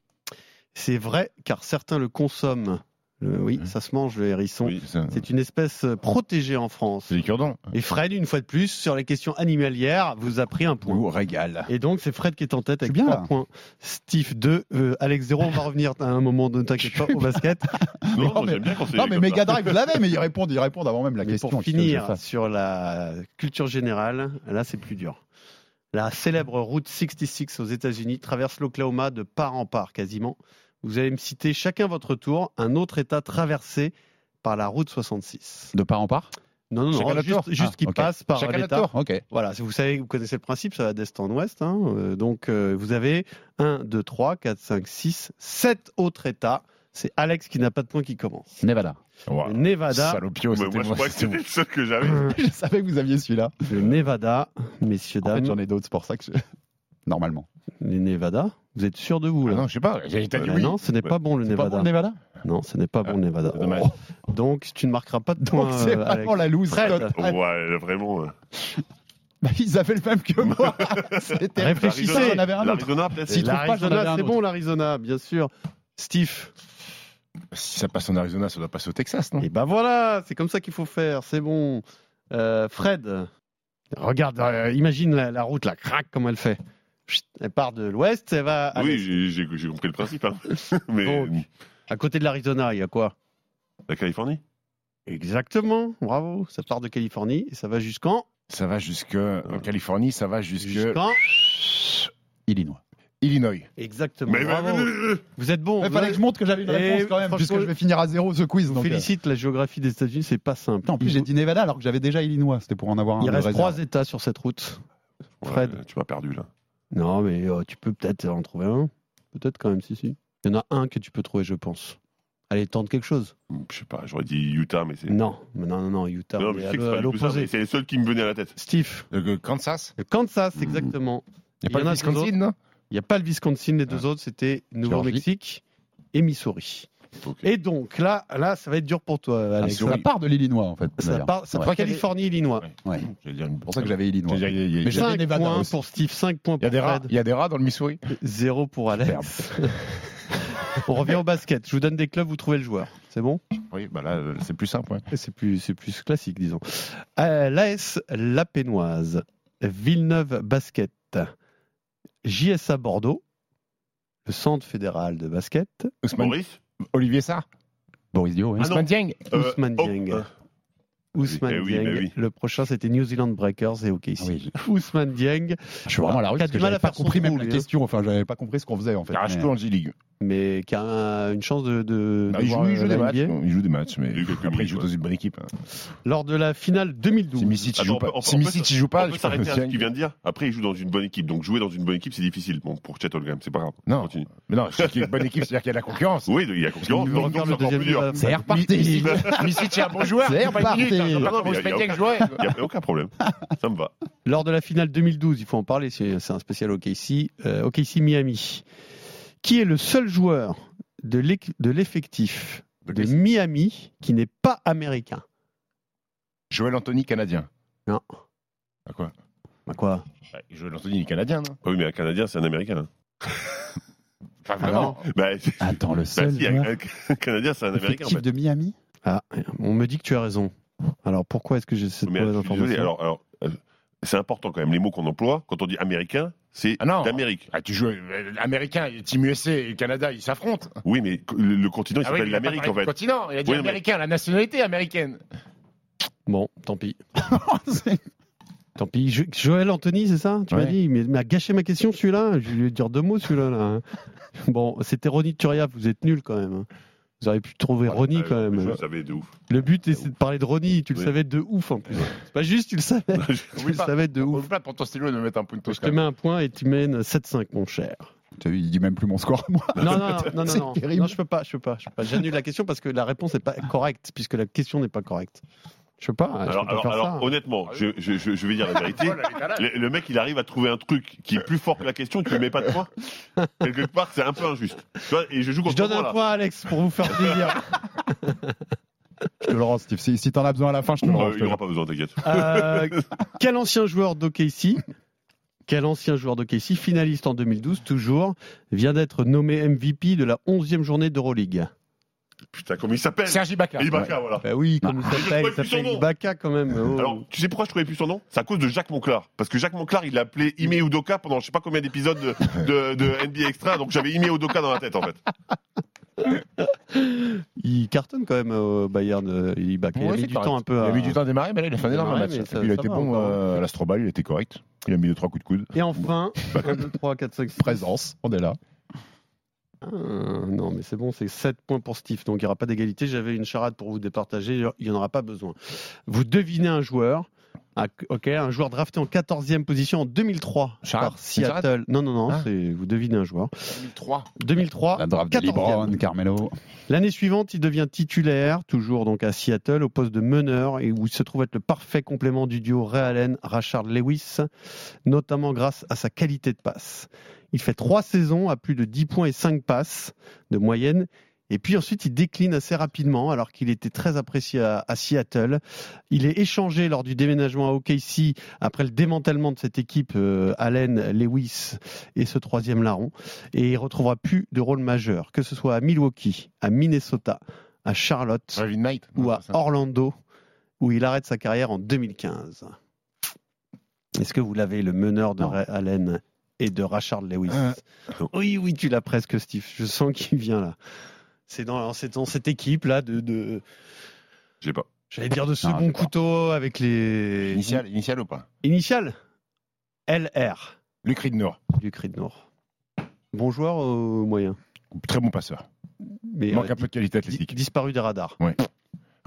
S5: C'est vrai car certains le consomment. Le- oui, ça se mange le hérisson. C'est une espèce euh, protégée en France.
S1: C'est des cure-dents.
S5: Et Fred, une fois de plus, sur les questions animalières, vous a pris un point.
S6: régal.
S5: Et donc, c'est Fred qui est en tête avec
S6: bien,
S5: 3
S6: là.
S5: points. Steve 2, euh, Alex 0. On va revenir à un moment, ne t'inquiète pas, au basket.
S7: Non, non, j'aime bien quand c'est
S6: Non, mais
S7: comme ça.
S6: Mega Drive l'avait, mais ils répondent, ils répondent avant même la
S5: Mais
S6: question.
S5: pour
S6: qu'est-ce que je
S5: finir
S6: fasse
S5: sur la culture générale, là, c'est plus dur. La célèbre route 66 aux États-Unis traverse l'Oklahoma de part en part quasiment. Vous allez me citer chacun votre tour un autre État traversé par la route 66.
S6: De part en part
S5: Non, non, non,
S6: Chacun notre
S5: juste,
S6: tour
S5: juste
S6: Ah,
S5: qu'il
S6: ok.
S5: passe par
S6: Chacun notre
S5: l'État.
S6: tour, ok.
S5: Voilà, si vous savez, vous connaissez le principe, ça va d'est en ouest. hein. Euh, donc, euh, vous avez 1, 2, 3, 4, 5, 6, 7 autres États. C'est Alex qui n'a pas de point qui commence.
S6: Nevada.
S5: Le Nevada.
S1: Salopio,
S7: Mais
S1: c'était
S7: moi, je
S1: moi,
S7: crois que
S1: c'était
S7: c'était
S1: Hmm. moi.
S7: le seul que j'avais.
S6: Je savais que vous aviez celui-là.
S5: Le Nevada, messieurs,
S6: En fait,
S5: dames.
S6: j'en ai d'autres, c'est pour ça que je- Normalement.
S5: Le Nevada. Vous êtes sûr de vous, là
S1: Ah non, je sais pas, j'ai t'as dit
S5: Ah
S1: oui.
S5: Non, ce n'est pas bon le
S6: C'est pas
S5: Nevada.
S6: bon le Nevada
S5: non, ce n'est pas bon le Nevada. Oh.
S1: dommage.
S5: Donc, tu ne marqueras pas de
S6: Donc
S5: point.
S6: c'est
S5: euh, Alex.
S6: vraiment la loose.
S5: Fred,
S6: Scott. Ah,
S7: Ouais, vraiment. euh,
S6: bah, ils avaient le même que moi. C'était
S5: Réfléchissez.
S6: Putain, j'en avais un autre.
S7: L'Arizona, peut-être
S6: Si- tu trouves pas, j'en avais
S5: L'Arizona,
S6: un
S5: c'est
S6: autre.
S5: bon l'Arizona, bien sûr. Steve.
S1: Si ça passe en Arizona, ça doit passer au Texas, non
S5: Et ben voilà, c'est comme ça qu'il faut faire, c'est bon. Euh, Fred, regarde, euh, imagine la, la route, là, crac, comme elle fait. Chut, Elle part de l'ouest, elle va à,
S7: Oui,
S5: l'est.
S7: j'ai- j'ai j'ai compris le principe. hein. Mais
S5: Ah, Donc. À côté de l'Arizona, il y a quoi
S7: la Californie
S5: Exactement, bravo, ça part de Californie et ça va jusqu'en
S1: Ça va jusque. En Californie, ça va jusque.
S5: Jusqu'en
S6: Illinois.
S1: Illinois.
S5: Exactement,
S7: Mais, mais,
S5: bravo.
S7: mais, mais, mais-
S5: Vous êtes bon.
S6: Il
S5: vous
S6: fallait
S5: avez-
S6: que je montre que j'avais une
S5: Et
S6: réponse quand même, puisque
S5: franchement-
S6: je vais finir à zéro ce quiz. Donc, euh,
S5: Félicite la géographie des États-Unis, c'est pas simple.
S6: Putain, en plus, j'ai dit Nevada alors que j'avais déjà Illinois. C'était pour en avoir un.
S5: Il
S6: de
S5: reste
S6: réserve.
S5: trois États sur cette route.
S7: Ouais,
S5: Fred.
S7: Tu m'as perdu là.
S5: Non, mais euh, tu peux peut-être en trouver un. Peut-être quand même, si, si. Il y en a un que tu peux trouver, je pense. Allez, tente quelque chose.
S7: Je sais pas, j'aurais dit Utah, mais c'est.
S5: Non, mais non, non, non, Utah,
S7: Non,
S5: on
S7: mais
S5: est
S7: je
S5: à
S7: sais que c'est
S5: l'o-
S7: pas
S5: à
S7: du tout ça, mais
S5: l'opposé.
S7: c'est les seuls qui me venaient à la tête.
S5: Steve,
S1: Le Euh, Kansas
S5: le Kansas,
S7: Mm.
S5: exactement.
S1: Il
S5: Il
S1: n'y a
S5: y
S1: pas
S5: en
S1: le
S5: a deux autres.
S1: Wisconsin, non
S5: Il n'y a pas le Wisconsin, les deux autres, c'était Nouveau-Mexique et Missouri.
S7: Ok.
S5: Et donc, là, là, ça va être dur pour toi,
S6: Ah,
S5: Alex.
S6: C'est la part de l'Illinois en fait.
S5: ça
S6: d'ailleurs.
S5: part, ça
S6: Ouais.
S5: part Californie, Illinois.
S6: Ouais.
S1: Je vais dire une-
S6: C'est pour ça que j'avais Illinois.
S1: Je vais dire, il y a- il y a-
S6: Mais j'avais
S5: 5
S6: Nevada
S5: points
S6: aussi.
S5: pour Steve, 5 points
S1: Il y a
S5: pour
S1: des rats. Il
S5: Fred,
S1: y a des rats dans le Missouri.
S5: 0 pour Alex. On revient au basket. Je vous donne des clubs, vous trouvez le joueur. C'est bon
S1: Oui, bah là, euh, c'est plus simple. ouais.
S5: Et C'est plus, c'est plus classique, disons. Euh, L'AS La Pénoise, Villeneuve Basket, JSA Bordeaux, le Centre fédéral de basket,
S1: Ousmane,
S7: Maurice
S1: Olivier Sarr
S6: Boris Dio, ouais.
S7: Ah non.
S1: Ousmane Dieng
S7: Euh,
S5: Ousmane
S7: oh,
S5: Dieng.
S7: euh,
S5: Ousmane
S7: eh oui,
S5: Dieng.
S7: bah oui.
S5: Le prochain, c'était New Zealand Breakers et OK.
S6: Ah oui.
S5: Ousmane Dieng,
S6: Je suis vraiment à la rue
S5: Qui a
S6: parce que
S5: du mal
S6: j'avais
S5: à
S6: pas
S5: faire son
S6: compris même
S5: trou,
S6: la
S5: lui, hein.
S6: question. Enfin, j'avais pas compris ce qu'on faisait en fait.
S1: Arrache-le
S6: Mais-
S1: en G-League.
S5: mais qui a un- une chance de, de,
S1: Bah,
S5: de
S1: il,
S5: voir euh,
S1: joue, il joue
S5: la
S1: des matchs,
S5: NBA.
S1: non, il joue des matchs, mais
S7: Il joue quelques
S1: après il
S7: minutes,
S1: joue
S7: ouais.
S1: dans une bonne équipe. hein.
S5: Lors de la finale
S1: Si
S5: 2012.
S1: Misic
S7: Attends,
S1: joue
S7: on peut-
S1: pas,
S7: on
S1: si
S7: peut-
S1: Misic joue pas,
S7: on peut
S1: je pense
S7: s'arrêter à ce
S1: que-
S7: qu'il vient de dire. Après, il joue dans une bonne équipe. Donc, jouer dans une bonne équipe, c'est difficile. Bon, pour Chet Holmgren, c'est pas grave.
S1: Non.
S7: Continue.
S1: Mais non, je dis qu'il y a une bonne équipe, c'est-à-dire qu'il y a de la concurrence.
S7: Oui, il y a concurrence.
S5: Nous
S7: Donc,
S5: referons
S7: donc,
S5: le
S7: c'est encore
S5: deuxième
S7: plus dur.
S5: débat.
S6: C'est reparti.
S1: Misic est un bon joueur,
S6: C'est
S1: faut pas
S6: reparti.
S1: le nier, hein.
S7: Non, non, mais
S1: Respectez
S7: il y a-
S1: que je jouais.
S7: Il n'y a aucun problème. Ça me va.
S5: Lors de la finale 2012, il faut en parler, c'est c'est un spécial OKC, euh, OKC Miami. Qui est le seul joueur de l'équ- de l'effectif de,
S1: OKC.
S5: Miami qui n'est pas américain
S1: Joël Anthony, Canadien.
S5: Non.
S1: À quoi
S5: Bah quoi
S1: Bah, Joël Anthony, il est Canadien, non
S7: Oui, mais un Canadien, c'est un Américain. hein.
S1: Enfin,
S5: Alors,
S7: Bah, c'est-
S6: Attends, le
S7: bah,
S6: seul
S7: si,
S6: joueur
S7: un un Canadien, c'est un Américain. en
S6: effectif
S7: fait.
S6: de Miami.
S5: Ah, On me dit que tu as raison. Alors pourquoi est-ce que j'ai cette
S7: Mais,
S5: mauvaise
S7: je suis désolé.
S5: information
S7: Alors, alors, euh, c'est important quand même. Les mots qu'on emploie, quand on dit Américain, c'est
S1: Ah non.
S7: d'Amérique.
S1: Ah, tu joues euh, américain, Team USA et Canada, ils s'affrontent.
S7: Oui, mais le, le continent, il
S1: Ah oui,
S7: s'appelle
S1: mais il a pas
S7: l'Amérique
S1: parlé
S7: en
S1: du
S7: fait.
S1: continent, il a dit
S7: Oui, mais-
S1: américain, la nationalité américaine.
S5: Bon, tant pis.
S6: C'est-
S5: Tant pis. Jo- Joël Anthony, c'est ça Tu m'as
S1: Ouais.
S5: dit, mais il m'a gâché ma question celui-là. Je vais lui dire deux mots celui-là. là. hein. Bon, c'était Ronnie Turiaf, vous êtes nul quand même. hein. Vous auriez pu trouver Ronnie
S7: Euh,
S5: quand même.
S7: Je le savais de ouf.
S5: Le but, c'est de parler de Ronnie. Tu le
S7: Oui.
S5: savais de ouf en plus. C'est pas juste, tu le savais.
S7: Bah,
S5: Tu le
S1: pas.
S5: savais de
S1: On
S5: ouf.
S1: veut pas pour ton stylo de me mettre un punto.
S5: Je te mets un point et tu mènes 7-5, mon cher.
S6: T'as vu, Il dit même plus mon score à moi.
S7: Bah,
S5: Non, non, non, non,
S6: C'est
S5: non,
S6: terrible.
S5: non, je peux pas, je peux pas, je peux pas. J'annule la question parce que la réponse n'est pas correcte, puisque la question n'est pas correcte. Je sais pas.
S7: Alors, alors,
S5: hein.
S7: alors, honnêtement, je, je, je, je vais dire la
S1: Oh Ah
S7: vérité. le, le mec, il arrive à trouver un truc qui est plus fort que la question, tu ne mets pas de points. Quelque part, c'est un peu injuste. Tu vois, et je joue
S5: Je
S7: contre
S5: donne
S7: moi,
S5: un
S7: là.
S5: point à Alex pour vous faire plaisir.
S6: Je te le rends, Steve. Si, si t'en as besoin à la fin, je te le
S7: Euh,
S6: rends. je
S7: il
S6: te
S7: n'y
S6: le
S7: aura pas besoin, t'inquiète.
S5: Euh, quel ancien joueur d'OKC quel ancien joueur de KC, finaliste en 2012 toujours, vient d'être nommé MVP de la 11e journée d'Euroleague
S7: Putain, comment il s'appelle
S1: Sergi Ibaka.
S7: Ibaka, voilà.
S5: Bah oui, comme
S7: Ah.
S5: il
S7: Je
S5: s'appelle, il
S7: trouvais plus son
S5: s'appelle
S7: nom.
S5: Ibaka quand même. Oh.
S7: Alors, tu sais pourquoi je trouvais plus son nom C'est à cause de Jacques Monclar. Parce que Jacques Monclar, il l'a appelé Ime Udoka pendant je sais pas combien d'épisodes de, de- de NBA Extra, donc j'avais Ime Udoka dans la tête en fait.
S5: Oh. Il cartonne quand même au Bayern euh, Ibaka. Il a
S1: Ouais,
S5: mis
S1: c'est
S5: du
S1: correct.
S5: temps un peu
S1: Il
S5: à...
S1: a mis du temps à démarrer, mais là, il a fait un énorme
S5: Ouais,
S1: match.
S5: mais
S1: Et
S5: ça-
S1: puis, il a
S5: ça
S1: été
S5: va
S1: bon
S5: encore.
S1: euh, à l'Astrobal, il était correct. Il a mis 2-3 coups de coude.
S5: Et enfin,
S1: Bah.
S5: 1, 2, 3, 4, 5, 6.
S6: Présence, on est là.
S5: Ah, non, mais c'est bon, c'est 7 points pour Steve, donc il n'y aura pas d'égalité. J'avais une charade pour vous départager, il n'y en aura pas besoin. Vous devinez un joueur, ah, ok, un joueur drafté en 14e position en 2003
S1: Charade
S5: par
S1: Une charade
S5: Seattle. Non, non, non,
S1: Ah.
S5: c'est- vous devinez un joueur.
S1: 2003.
S5: 2003,
S6: La draft de
S5: 14e.
S6: Libron, Carmelo.
S5: L'année suivante, il devient titulaire, toujours donc à Seattle, au poste de meneur, et où il se trouve être le parfait complément du duo Ray Allen, Rachard Lewis, notamment grâce à sa qualité de passe. Il fait trois saisons à plus de 10 points et 5 passes de moyenne. Et puis ensuite, il décline assez rapidement, alors qu'il était très apprécié à, à Seattle. Il est échangé lors du déménagement à OKC après le démantèlement de cette équipe euh, Allen, Lewis et ce troisième larron. Et il retrouvera plus de rôle majeur, que ce soit à Milwaukee, à Minnesota, à Charlotte
S1: Ravin Knight.
S5: ou à
S1: c'est ça.
S5: Orlando, où il arrête sa carrière en 2015. Est-ce que vous l'avez, le meneur de
S6: Non.
S5: Ray Allen et de Rachard Lewis
S6: Euh.
S5: Oui, oui, tu l'as presque, Steve. Je sens qu'il vient là. C'est dans, c'est dans cette équipe-là de, de-
S7: J'ai pas.
S5: j'allais dire, de second
S6: c'est pas.
S5: couteau avec les
S1: Initial, initial ou pas
S5: initiales. LR
S1: Le cri de Nord.
S5: du Cri de Nord. Bon joueur au moyen,
S1: Très bon passeur.
S5: mais
S1: Il manque
S5: euh,
S1: un peu de qualité
S5: di-
S1: athlétique.
S5: disparu des radars.
S1: Rid-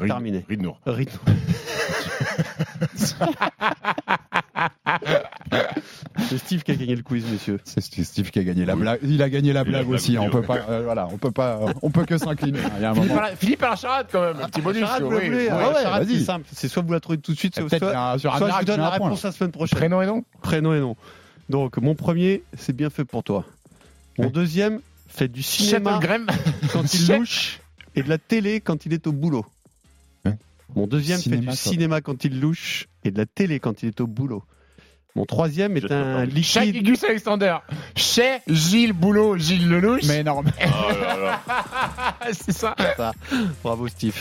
S5: terminé.
S1: Rid Nour.
S5: Rythme. C'est Steve qui a gagné le quiz, monsieur.
S6: C'est Steve Steve qui a gagné la blague. Il a gagné la
S7: Il a
S6: blague
S7: la
S6: aussi.
S7: blague,
S6: On peut
S7: oui.
S6: pas. euh, Voilà, on peut pas. On peut que s'incliner. hein, Il y a un moment.
S1: Philippe à la charade quand même. Un petit bonus.
S5: Charade, vous
S1: oui,
S5: la voulez
S1: oui.
S5: Ah ouais, charade,
S6: vas-y.
S5: c'est simple. C'est soit vous la trouvez tout de suite, soit,
S6: Ah, Peut-être
S5: soit-
S6: un- sur un
S5: soit je vous
S6: miracle,
S5: donne
S6: tu mets
S5: la
S6: un point,
S5: réponse la semaine prochaine.
S1: Prénom et nom
S5: Prénom et nom. Donc, mon premier, c'est bien fait pour toi. Mon deuxième, fait du cinéma
S1: Graham.
S5: quand il
S1: Shep-
S5: louche et de la télé quand il est au boulot.
S6: Hein
S5: Mon deuxième, fait
S6: Cinéma,
S5: du
S6: ça.
S5: cinéma quand il louche et de la télé quand il est au boulot. Mon troisième est
S7: J'ai
S5: un
S7: entendu.
S1: Chez
S5: liquide.
S1: Gugus Alexander. Chez Gilles Boulot, Gilles Lelouch.
S6: Mais énorme.
S7: Oh là là.
S1: c'est ça.
S5: Ça. Bravo Steve.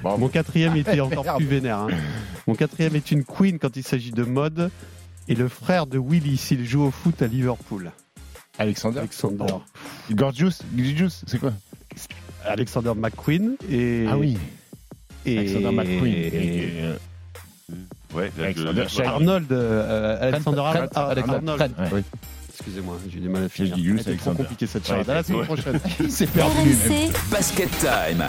S1: Bravo.
S5: Mon quatrième était encore
S6: merde.
S5: plus vénère. hein. Mon quatrième est une queen quand il s'agit de mode et le frère de Willy s'il joue au foot à Liverpool.
S1: Ah. Alexander.
S5: Alexander,
S1: Gorgeous. Gorgeous, c'est quoi
S5: Alexander McQueen et et
S1: Ah Alexander McQueen.
S5: et-
S1: Et- et-
S7: Ouais, je-
S1: Alexander
S7: je-
S1: Shea.
S5: Arnold euh, Alexander Ar-
S1: Trent,
S5: Ar-
S1: Alexander
S5: Arnold.
S1: Trent, ouais.
S5: Excusez-moi, j'ai eu du mal à
S1: Chez
S5: finir.
S1: Gugus
S5: C'était trop
S1: Alexander.
S5: compliqué cette
S7: Ouais,
S5: charade. À la semaine
S7: ouais.
S5: prochaine.
S6: Il s'est perdu.
S4: RMC,
S15: Basket Time.